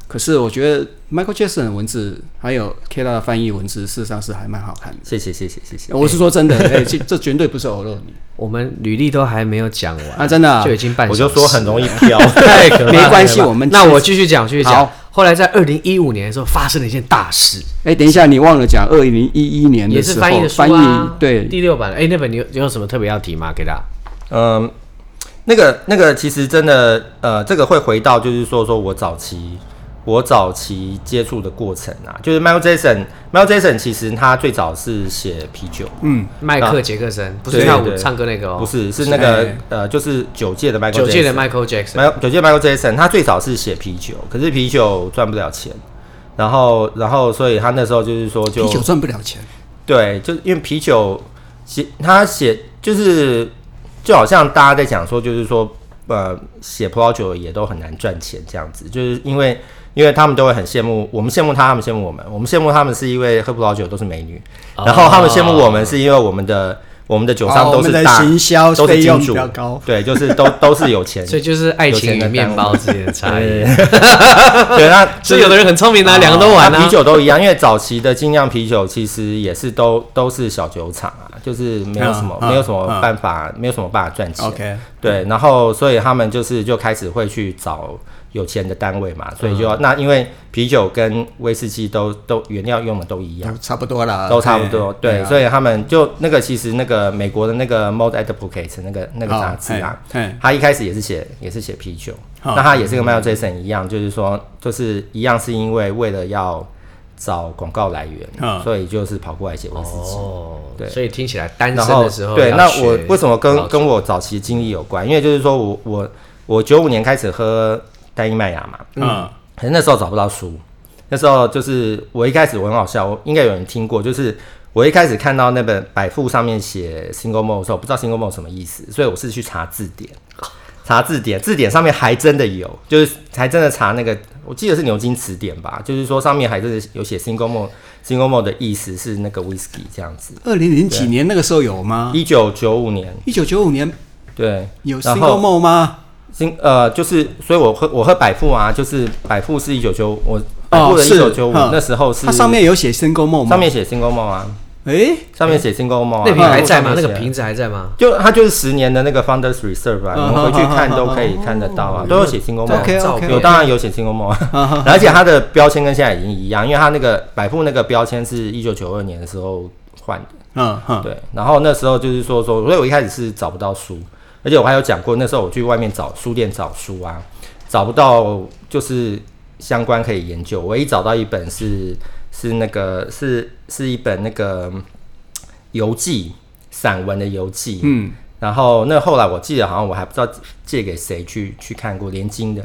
Speaker 1: 可是我觉得 Michael Jackson 的文字还有 K 大的翻译文字，事实上是还蛮好看的。
Speaker 5: 谢谢，谢谢，谢谢。
Speaker 1: 我是说真 的，哎、这这绝对不是偶尔你
Speaker 2: 我们履历都还没有讲完
Speaker 1: 啊，真的啊、
Speaker 2: 就已经半小
Speaker 5: 我
Speaker 2: 时了，
Speaker 5: 就说很容易飘，
Speaker 2: 太可怕 了
Speaker 1: 没关系我们
Speaker 2: 那我继续讲，继续讲
Speaker 1: 好。
Speaker 2: 后来在二零一五年的时候发生了一件大事，
Speaker 1: 哎、等一下，你忘了讲二零一一年
Speaker 2: 也
Speaker 1: 的
Speaker 2: 是
Speaker 1: 时候
Speaker 2: 翻译的书
Speaker 1: 哦翻
Speaker 2: 啊
Speaker 1: 译，对，
Speaker 2: 第六版。哎，那本你有你有什么特别要提吗？给大家。
Speaker 5: 嗯， 那个那个，其实真的，呃，这个会回到就是说，说我早期我早期接触的过程啊，就是 Michael Jackson，Michael Jackson 其实他最早是写啤酒，
Speaker 1: 嗯，
Speaker 2: 迈克杰克森不是
Speaker 5: 对
Speaker 2: 跳舞
Speaker 5: 对
Speaker 2: 唱歌那个哦，
Speaker 5: 不是是那个
Speaker 1: 哎
Speaker 5: 呃，就是九届的 Michael，
Speaker 2: 九届的
Speaker 5: Jackson
Speaker 2: Michael Jackson。
Speaker 5: Michael 九届 Michael Jackson，他最早是写啤酒，可是啤酒赚不了钱，然后然后所以他那时候就是说就
Speaker 1: 啤酒赚不了钱，
Speaker 5: 对，就因为啤酒写他写就是就好像大家在讲说，就是说呃写葡萄酒也都很难赚钱这样子，就是因为因为他们都会很羡慕我们羡慕他，他们羡慕我们，我们羡慕他们是因为喝葡萄酒都是美女，然后他们羡慕我们是因为我们的。我们的酒商
Speaker 1: 哦
Speaker 5: 都
Speaker 1: 我们
Speaker 5: 是
Speaker 1: 的
Speaker 5: 大，
Speaker 1: 行销
Speaker 5: 都是
Speaker 1: 费用
Speaker 5: 金
Speaker 1: 比
Speaker 5: 主
Speaker 1: 较高，
Speaker 5: 对，就是都都是 有钱，
Speaker 2: 所以就是爱情与面包之间的差 异。
Speaker 5: 对，那
Speaker 2: 所以有的人很聪明啊，两个都
Speaker 5: 啊
Speaker 2: 玩啊
Speaker 5: 啤。酒都一样，因为早期的精酿啤酒其实也是都都是小酒厂啊，就是没有什么、
Speaker 1: 嗯嗯嗯
Speaker 5: 没有什么办法，没有什么办法赚钱。
Speaker 1: OK
Speaker 5: 对，然后所以他们就是就开始会去找有钱的单位
Speaker 1: 嗯
Speaker 5: 嘛，所以就要、那因为啤酒跟威士忌都都原料用的都一样。
Speaker 1: 差不多啦，
Speaker 5: 都差不多，对，
Speaker 1: 啊
Speaker 5: 所以他们就那个其实那个美国的那个《Mod Advocate》那个那个
Speaker 1: 哦
Speaker 5: 杂志啊，
Speaker 1: 嘿嘿
Speaker 5: 他一开始也是写也是写啤酒，
Speaker 1: 哦
Speaker 5: 那他也是跟 Michael Jackson 一样，就是说就是一样是因为为了要找广告来源，
Speaker 1: 嗯
Speaker 5: 所以就是跑过来写威士忌。
Speaker 2: 哦，
Speaker 5: 对
Speaker 2: 所以听起来单
Speaker 5: 然
Speaker 2: 身
Speaker 5: 后
Speaker 2: 的时候
Speaker 5: 对，
Speaker 2: 要
Speaker 5: 那
Speaker 2: 学
Speaker 5: 我为什么
Speaker 2: 老
Speaker 5: 跟
Speaker 2: 酒
Speaker 5: 跟我早期经历有关？因为就是说我我我九五年开始喝单一麦芽嘛，
Speaker 1: 嗯，
Speaker 5: 可是那时候找不到书，那时候就是我一开始我很好笑，我应该有人听过，就是我一开始看到那本百富上面写 single malt 的时候，我不知道 single malt 什么意思，所以我是去查字典，查字典，字典上面还真的有，就是还真的查那个，我记得是牛津词典吧，就是说上面还真的有写 single malt，single malt 的意思是那个 whisky 这样子，
Speaker 1: 二零零几年那个时候有吗？
Speaker 5: 一九九五年，
Speaker 1: 一九九五年
Speaker 5: 对，
Speaker 1: 有
Speaker 5: 然
Speaker 1: single
Speaker 5: 后
Speaker 1: m o 吗？
Speaker 5: 新呃，就是，所以我喝我喝百富啊，就是百富是一九九，我百富的一九
Speaker 1: 哦是
Speaker 5: 九五
Speaker 1: 嗯
Speaker 5: 那时候是
Speaker 1: 它上面有写 single m o 吗？
Speaker 5: 上面写 single malt 啊，
Speaker 1: 哎，
Speaker 5: 上面写 single malt，、啊、
Speaker 2: 那瓶还在吗
Speaker 5: 然？
Speaker 2: 那
Speaker 5: 后上面
Speaker 2: 个
Speaker 5: 写
Speaker 2: 瓶子还在吗？
Speaker 5: 就它就是十年的那个 founders reserve 啊，
Speaker 1: 嗯
Speaker 5: 你们回去看都可以看得到啊，都有写 single malt，、
Speaker 1: OK，OK
Speaker 2: 嗯
Speaker 1: 嗯
Speaker 2: 照片
Speaker 5: 有当然有写 single malt，、啊、 而且它的标签跟现在已经一样，因为它那个百富那个标签是一九九二年的时候换的。
Speaker 1: 嗯哼，
Speaker 5: 对，然后那时候就是说说，所以我一开始是找不到书，而且我还有讲过，那时候我去外面找书店找书啊，找不到就是相关可以研究。唯一找到一本是是那个是是一本那个嗯游记，散文的游记，嗯，然后那后来我记得好像我还不知道借给谁去去看过连经的。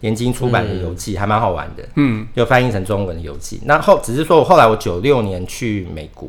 Speaker 5: 连经出版的游记、还蛮好玩的，嗯，又翻译成中文的游记。那后只是说我后来我九六年去美国，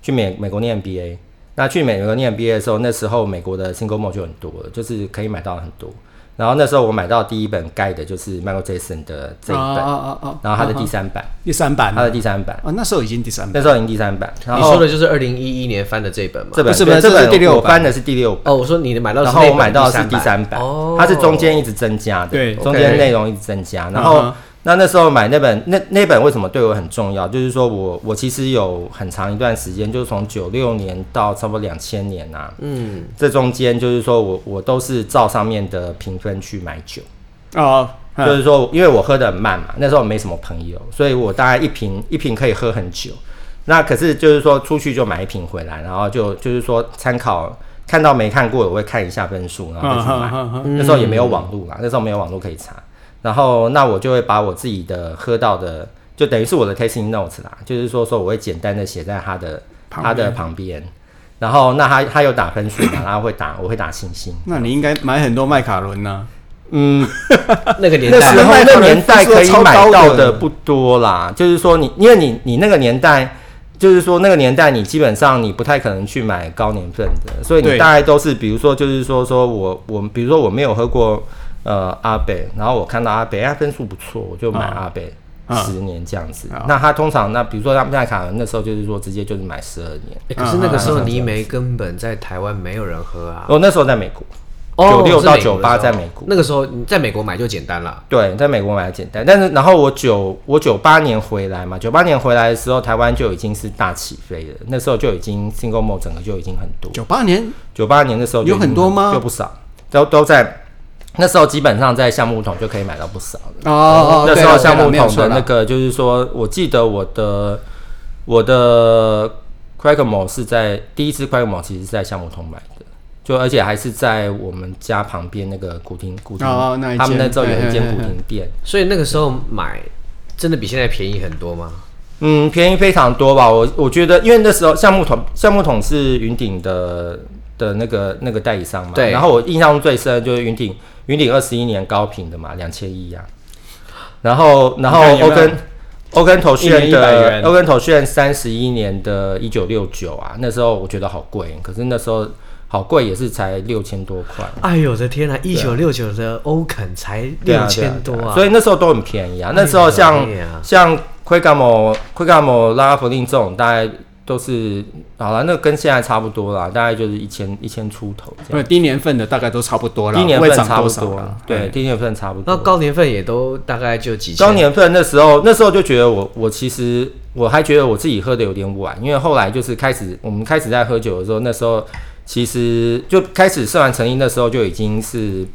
Speaker 5: 去美美国念 BA。那去美国念 BA 的时候，那时候美国的 single mode 就很多了，就是可以买到很多。然后那时候我买到第一本盖的就是 Michael Jackson 的这一本，
Speaker 1: 哦哦哦哦
Speaker 5: 然后它的第三版，
Speaker 1: 第三版
Speaker 5: 它的第三版，
Speaker 1: 啊，那时候已经第三版
Speaker 5: 那时候已经第三版。然
Speaker 2: 你
Speaker 5: 后
Speaker 2: 说的就是二零一一年翻的这本吗？
Speaker 5: 这本
Speaker 1: 不是不是
Speaker 5: 这
Speaker 1: 这是
Speaker 5: 本
Speaker 1: 第六
Speaker 5: 我
Speaker 1: 版
Speaker 5: 翻的是第六版。
Speaker 2: 哦，我说你的买到的
Speaker 5: 然
Speaker 2: 是
Speaker 5: 后
Speaker 2: 那
Speaker 5: 我买
Speaker 2: 本
Speaker 5: 到的是
Speaker 2: 第
Speaker 5: 第
Speaker 2: 三版
Speaker 5: 三版
Speaker 2: 哦，
Speaker 5: 它是中间一直增加的，
Speaker 1: 对
Speaker 5: 中间
Speaker 2: OK
Speaker 5: 内容一直增加。
Speaker 1: 嗯
Speaker 5: 然后
Speaker 1: 哼
Speaker 5: 那那时候买那本那那本为什么对我很重要？就是说我我其实有很长一段时间，就是从九六年到差不多两千年啊，
Speaker 2: 嗯，
Speaker 5: 这中间就是说我我都是照上面的评分去买酒，
Speaker 1: 哦，嗯
Speaker 5: 就是说因为我喝的很慢嘛，那时候没什么朋友，所以我大概一瓶一瓶可以喝很久。那可是就是说出去就买一瓶回来，然后就就是说参考看到没看过，我会看一下分数，然后再去买。
Speaker 1: 嗯
Speaker 5: 那时候也没有网络啦，那时候没有网络可以查。然后那我就会把我自己的喝到的，就等于是我的 tasting notes 啦，就是说说我会简单的写在它的
Speaker 1: 旁
Speaker 5: 它的旁边。然后那它它有打分数嘛，然后会打我会打星星。
Speaker 1: 那你应该买很多麦卡伦啊呐、
Speaker 5: 嗯，
Speaker 2: 那个年
Speaker 5: 那
Speaker 2: 代
Speaker 5: 时候
Speaker 1: 麦
Speaker 5: 那
Speaker 1: 当劳
Speaker 5: 年
Speaker 1: 分
Speaker 5: 代
Speaker 1: 数
Speaker 5: 可以
Speaker 1: 超
Speaker 5: 买
Speaker 1: 高
Speaker 5: 到
Speaker 1: 的
Speaker 5: 的不多啦，就是说你因为你你那个年代。就是说，那个年代你基本上你不太可能去买高年份的，所以你
Speaker 1: 对
Speaker 5: 大概都是，比如说，就是说，说我我，比如说我没有喝过呃阿北，然后我看到阿北，哎他分数不错，我就买阿北
Speaker 1: 啊
Speaker 5: 十年这样子
Speaker 1: 啊。
Speaker 5: 那他通常那比如说他麦卡伦那时候就是说直接就是买十二年，
Speaker 2: 欸可是
Speaker 5: 嗯
Speaker 2: 那个时候泥煤根本在台湾没有人喝啊。
Speaker 5: 我那时候在美国，
Speaker 2: 哦是
Speaker 5: 96
Speaker 2: 美国的时
Speaker 5: 到
Speaker 2: 候
Speaker 5: 98在美国
Speaker 2: 那个时候你在美国买就简单了。
Speaker 5: 对，在美国买的简单，但是然后我九我九八年回来嘛，九八年回来的时候，台湾就已经是大起飞了，那时候就已经 single mode 整个就已经很多
Speaker 1: 9。九八年
Speaker 5: 九八年的时候就
Speaker 1: 有很多吗
Speaker 5: 就不少，都都在那时候基本上在橡木桶就可以买到不少了。
Speaker 1: 哦哦，
Speaker 5: 那
Speaker 1: 对
Speaker 5: 时
Speaker 1: 啦
Speaker 5: 候
Speaker 1: 对啦
Speaker 5: 橡木
Speaker 1: 没有
Speaker 5: 桶
Speaker 1: 错
Speaker 5: 的
Speaker 1: 啦
Speaker 5: 那个就是说，我记得我的我的 crack mo 是在第一支 crack mo 其实是在橡木桶买的。就而且还是在我们家旁边那个古亭古亭，
Speaker 1: 哦哦那一
Speaker 5: 他们
Speaker 1: 间
Speaker 5: 那时候有一间
Speaker 1: 嘿嘿
Speaker 5: 古
Speaker 1: 嘿
Speaker 5: 亭店，
Speaker 2: 所以那个时候买真的比现在便宜很多吗？
Speaker 5: 嗯，便宜非常多吧？我我觉得，因为那时候橡木桶，橡木桶是云顶的的那个那个代理商嘛。
Speaker 2: 对
Speaker 5: 然后我印象中最深的就是云顶，云顶二十一年高频的嘛，两千一啊。然后然后
Speaker 1: 你看有没
Speaker 5: 欧
Speaker 1: 有
Speaker 5: 根欧根头炫
Speaker 1: 一年100
Speaker 5: 的
Speaker 1: 元
Speaker 5: 欧根头炫三十一年的一九六九啊，那时候我觉得好贵，可是那时候好贵也是才六千多块。
Speaker 2: 哎呦我的天啊！一九六九的欧肯才
Speaker 5: 对
Speaker 2: 六千多
Speaker 5: 对
Speaker 2: 啊！
Speaker 5: 所以那时候都很便宜啊。那时候像、
Speaker 2: 哎呀
Speaker 5: 像奎甘姆、奎甘姆、拉拉弗令这种，大概都是好了，那跟现在差不多啦，大概就是一千一千出头这
Speaker 1: 不
Speaker 5: 样。
Speaker 1: 低年份的大概都差不多了，
Speaker 5: 低年
Speaker 1: 不会
Speaker 5: 份
Speaker 1: 涨
Speaker 5: 差不
Speaker 1: 多少
Speaker 5: 多啊
Speaker 1: 啦，
Speaker 5: 对，
Speaker 1: 哎
Speaker 5: 低年份差不
Speaker 2: 那
Speaker 5: 多。
Speaker 2: 高年份也都大概就几千。
Speaker 5: 高年份那时候，那时候就觉得我我其实我还觉得我自己喝的有点晚，因为后来就是开始我们开始在喝酒的时候，那时候其实就开始社完成瘾，那时候就已经是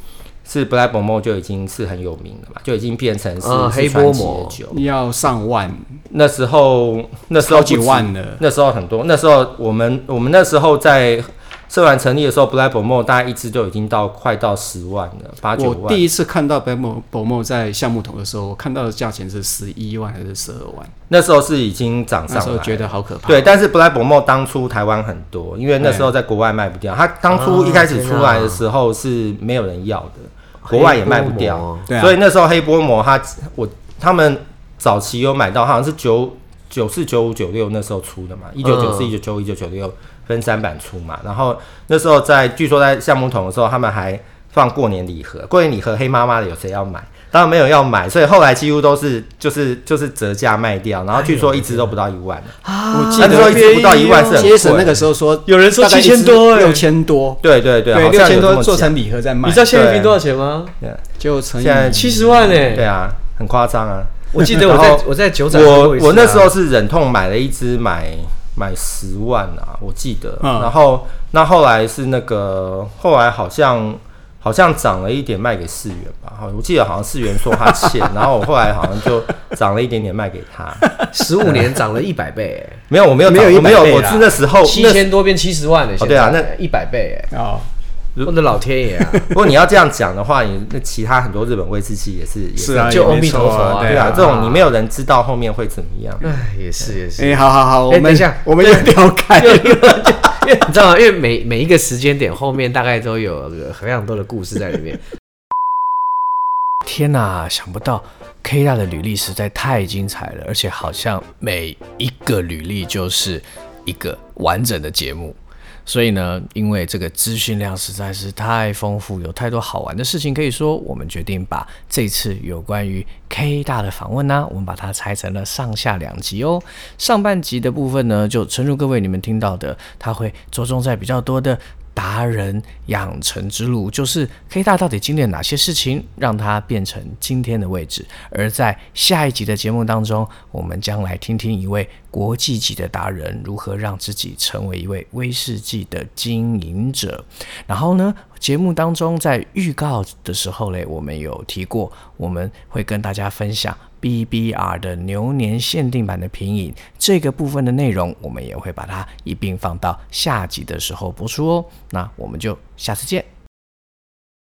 Speaker 5: 是 Black b o m o 就已经是很有名了嘛，就已经变成是、
Speaker 2: 嗯
Speaker 5: 是
Speaker 2: 黑
Speaker 5: 传
Speaker 2: 波
Speaker 5: 奇
Speaker 2: 魔
Speaker 5: 的酒。
Speaker 1: 要上万，
Speaker 5: 那时候那时候
Speaker 1: 好
Speaker 5: 不止
Speaker 1: 几，万了。
Speaker 5: 那时候很多。那时候我们我们那时候在社团成立的时候，Black b o m o 大概一支就已经到快到十万了，八九
Speaker 1: 我
Speaker 5: 万
Speaker 1: 第。一次看到 Bemo Bomo 在橡木桶的时候，我看到的价钱是十一万还是十二万，
Speaker 5: 那时候是已经涨
Speaker 1: 那
Speaker 5: 上
Speaker 1: 时
Speaker 5: 来
Speaker 1: 候
Speaker 5: 了，
Speaker 1: 觉得好可怕。
Speaker 5: 对，，但是 Black b o m o 当初台湾很多，因为那时候在国外卖不掉。它当初一开始出来的时候是没有人要的，国外也卖不
Speaker 2: 哦黑波
Speaker 5: 掉
Speaker 2: 魔，
Speaker 1: 对啊
Speaker 5: 所以那时候黑波魔它我他们早期有买到，好像是九九四九五九六那时候出的嘛，
Speaker 2: 嗯
Speaker 5: 一九九四一九九五一九九六分三版出嘛。然后那时候在据说在橡木桶的时候，他们还放过年礼盒，过年礼盒黑妈妈的有谁要买？当然没有要买，所以后来几乎都是就是就是折价卖掉，然后据说一只都不到一万。
Speaker 1: 我记
Speaker 5: 那时
Speaker 1: 得
Speaker 5: 候一直不到一万是很
Speaker 1: 杰森那
Speaker 5: 贵。
Speaker 1: 个时候说，
Speaker 3: 有人说7000多哎
Speaker 1: 六千多，啊
Speaker 5: 对对对，好
Speaker 1: 六
Speaker 5: 像有
Speaker 1: 千
Speaker 5: 这
Speaker 1: 多
Speaker 5: 么
Speaker 1: 做
Speaker 5: 讲
Speaker 1: 成礼盒在卖，
Speaker 3: 你知道现在一
Speaker 5: 对
Speaker 3: 瓶多少钱吗？
Speaker 1: 就乘以
Speaker 5: 现在
Speaker 3: 七十万哎、
Speaker 5: 对啊，很夸张啊！
Speaker 2: 我记得我
Speaker 5: 然后
Speaker 2: 在我在九展喝
Speaker 5: 我
Speaker 2: 过一次啊
Speaker 5: 我那时候是忍痛买了一只买买十万啊，我记得。
Speaker 1: 嗯
Speaker 5: 然后那后来是那个后来好像好像涨了一点卖给世元吧，好我记得好像世元说他欠，然后我后来好像就涨了一点点卖给他。
Speaker 2: 十五年涨了一百 倍，哎
Speaker 5: 没有，我没有
Speaker 1: 没有
Speaker 5: 涨我没有，
Speaker 1: 100倍
Speaker 5: 我
Speaker 1: 啦
Speaker 5: 是哦那时候
Speaker 3: 七
Speaker 5: 那。
Speaker 3: 千多变七十万哎、
Speaker 5: 哦对啊
Speaker 2: 一百倍，哎，
Speaker 1: 哦，
Speaker 2: 我的老天爷 啊！
Speaker 5: 如果你要这样讲的话，你那其他很多日本威士忌也是也
Speaker 1: 是啊，
Speaker 2: 就
Speaker 1: 也没
Speaker 2: 阿弥陀
Speaker 1: 错
Speaker 2: 佛啊
Speaker 1: 对
Speaker 5: 对
Speaker 1: 啊
Speaker 5: 啊，。这种你没有人知道后面会怎么样。
Speaker 2: 哎，也是也是，
Speaker 1: 哎，好好好，我
Speaker 2: 哎
Speaker 1: 们
Speaker 2: 等一下
Speaker 1: 我们又聊开了，
Speaker 2: 因为你知道吗？因为每每一个时间点后面大概都有个非常多的故事在里面。 天哪，想不到 K 大的履历实在太精彩了，而且好像每一个履历就是一个完整的节目。所以呢，因为这个资讯量实在是太丰富，有太多好玩的事情可以说，我们决定把这次有关于 K 大的访问呢、我们把它拆成了上下两集哦。上半集的部分呢，就诚如各位你们听到的，它会着重在比较多的达人养成之路，就是 K 大到底经历了哪些事情，让他变成今天的位置。而在下一集的节目当中，我们将来听听一位国际级的达人如何让自己成为一位威士忌的经营者。然后呢，节目当中在预告的时候嘞，我们有提过，我们会跟大家分享 BBR 的牛年限定版的品饮这个部分的内容，我们也会把它一并放到下集的时候播出哦。那我们就下次见，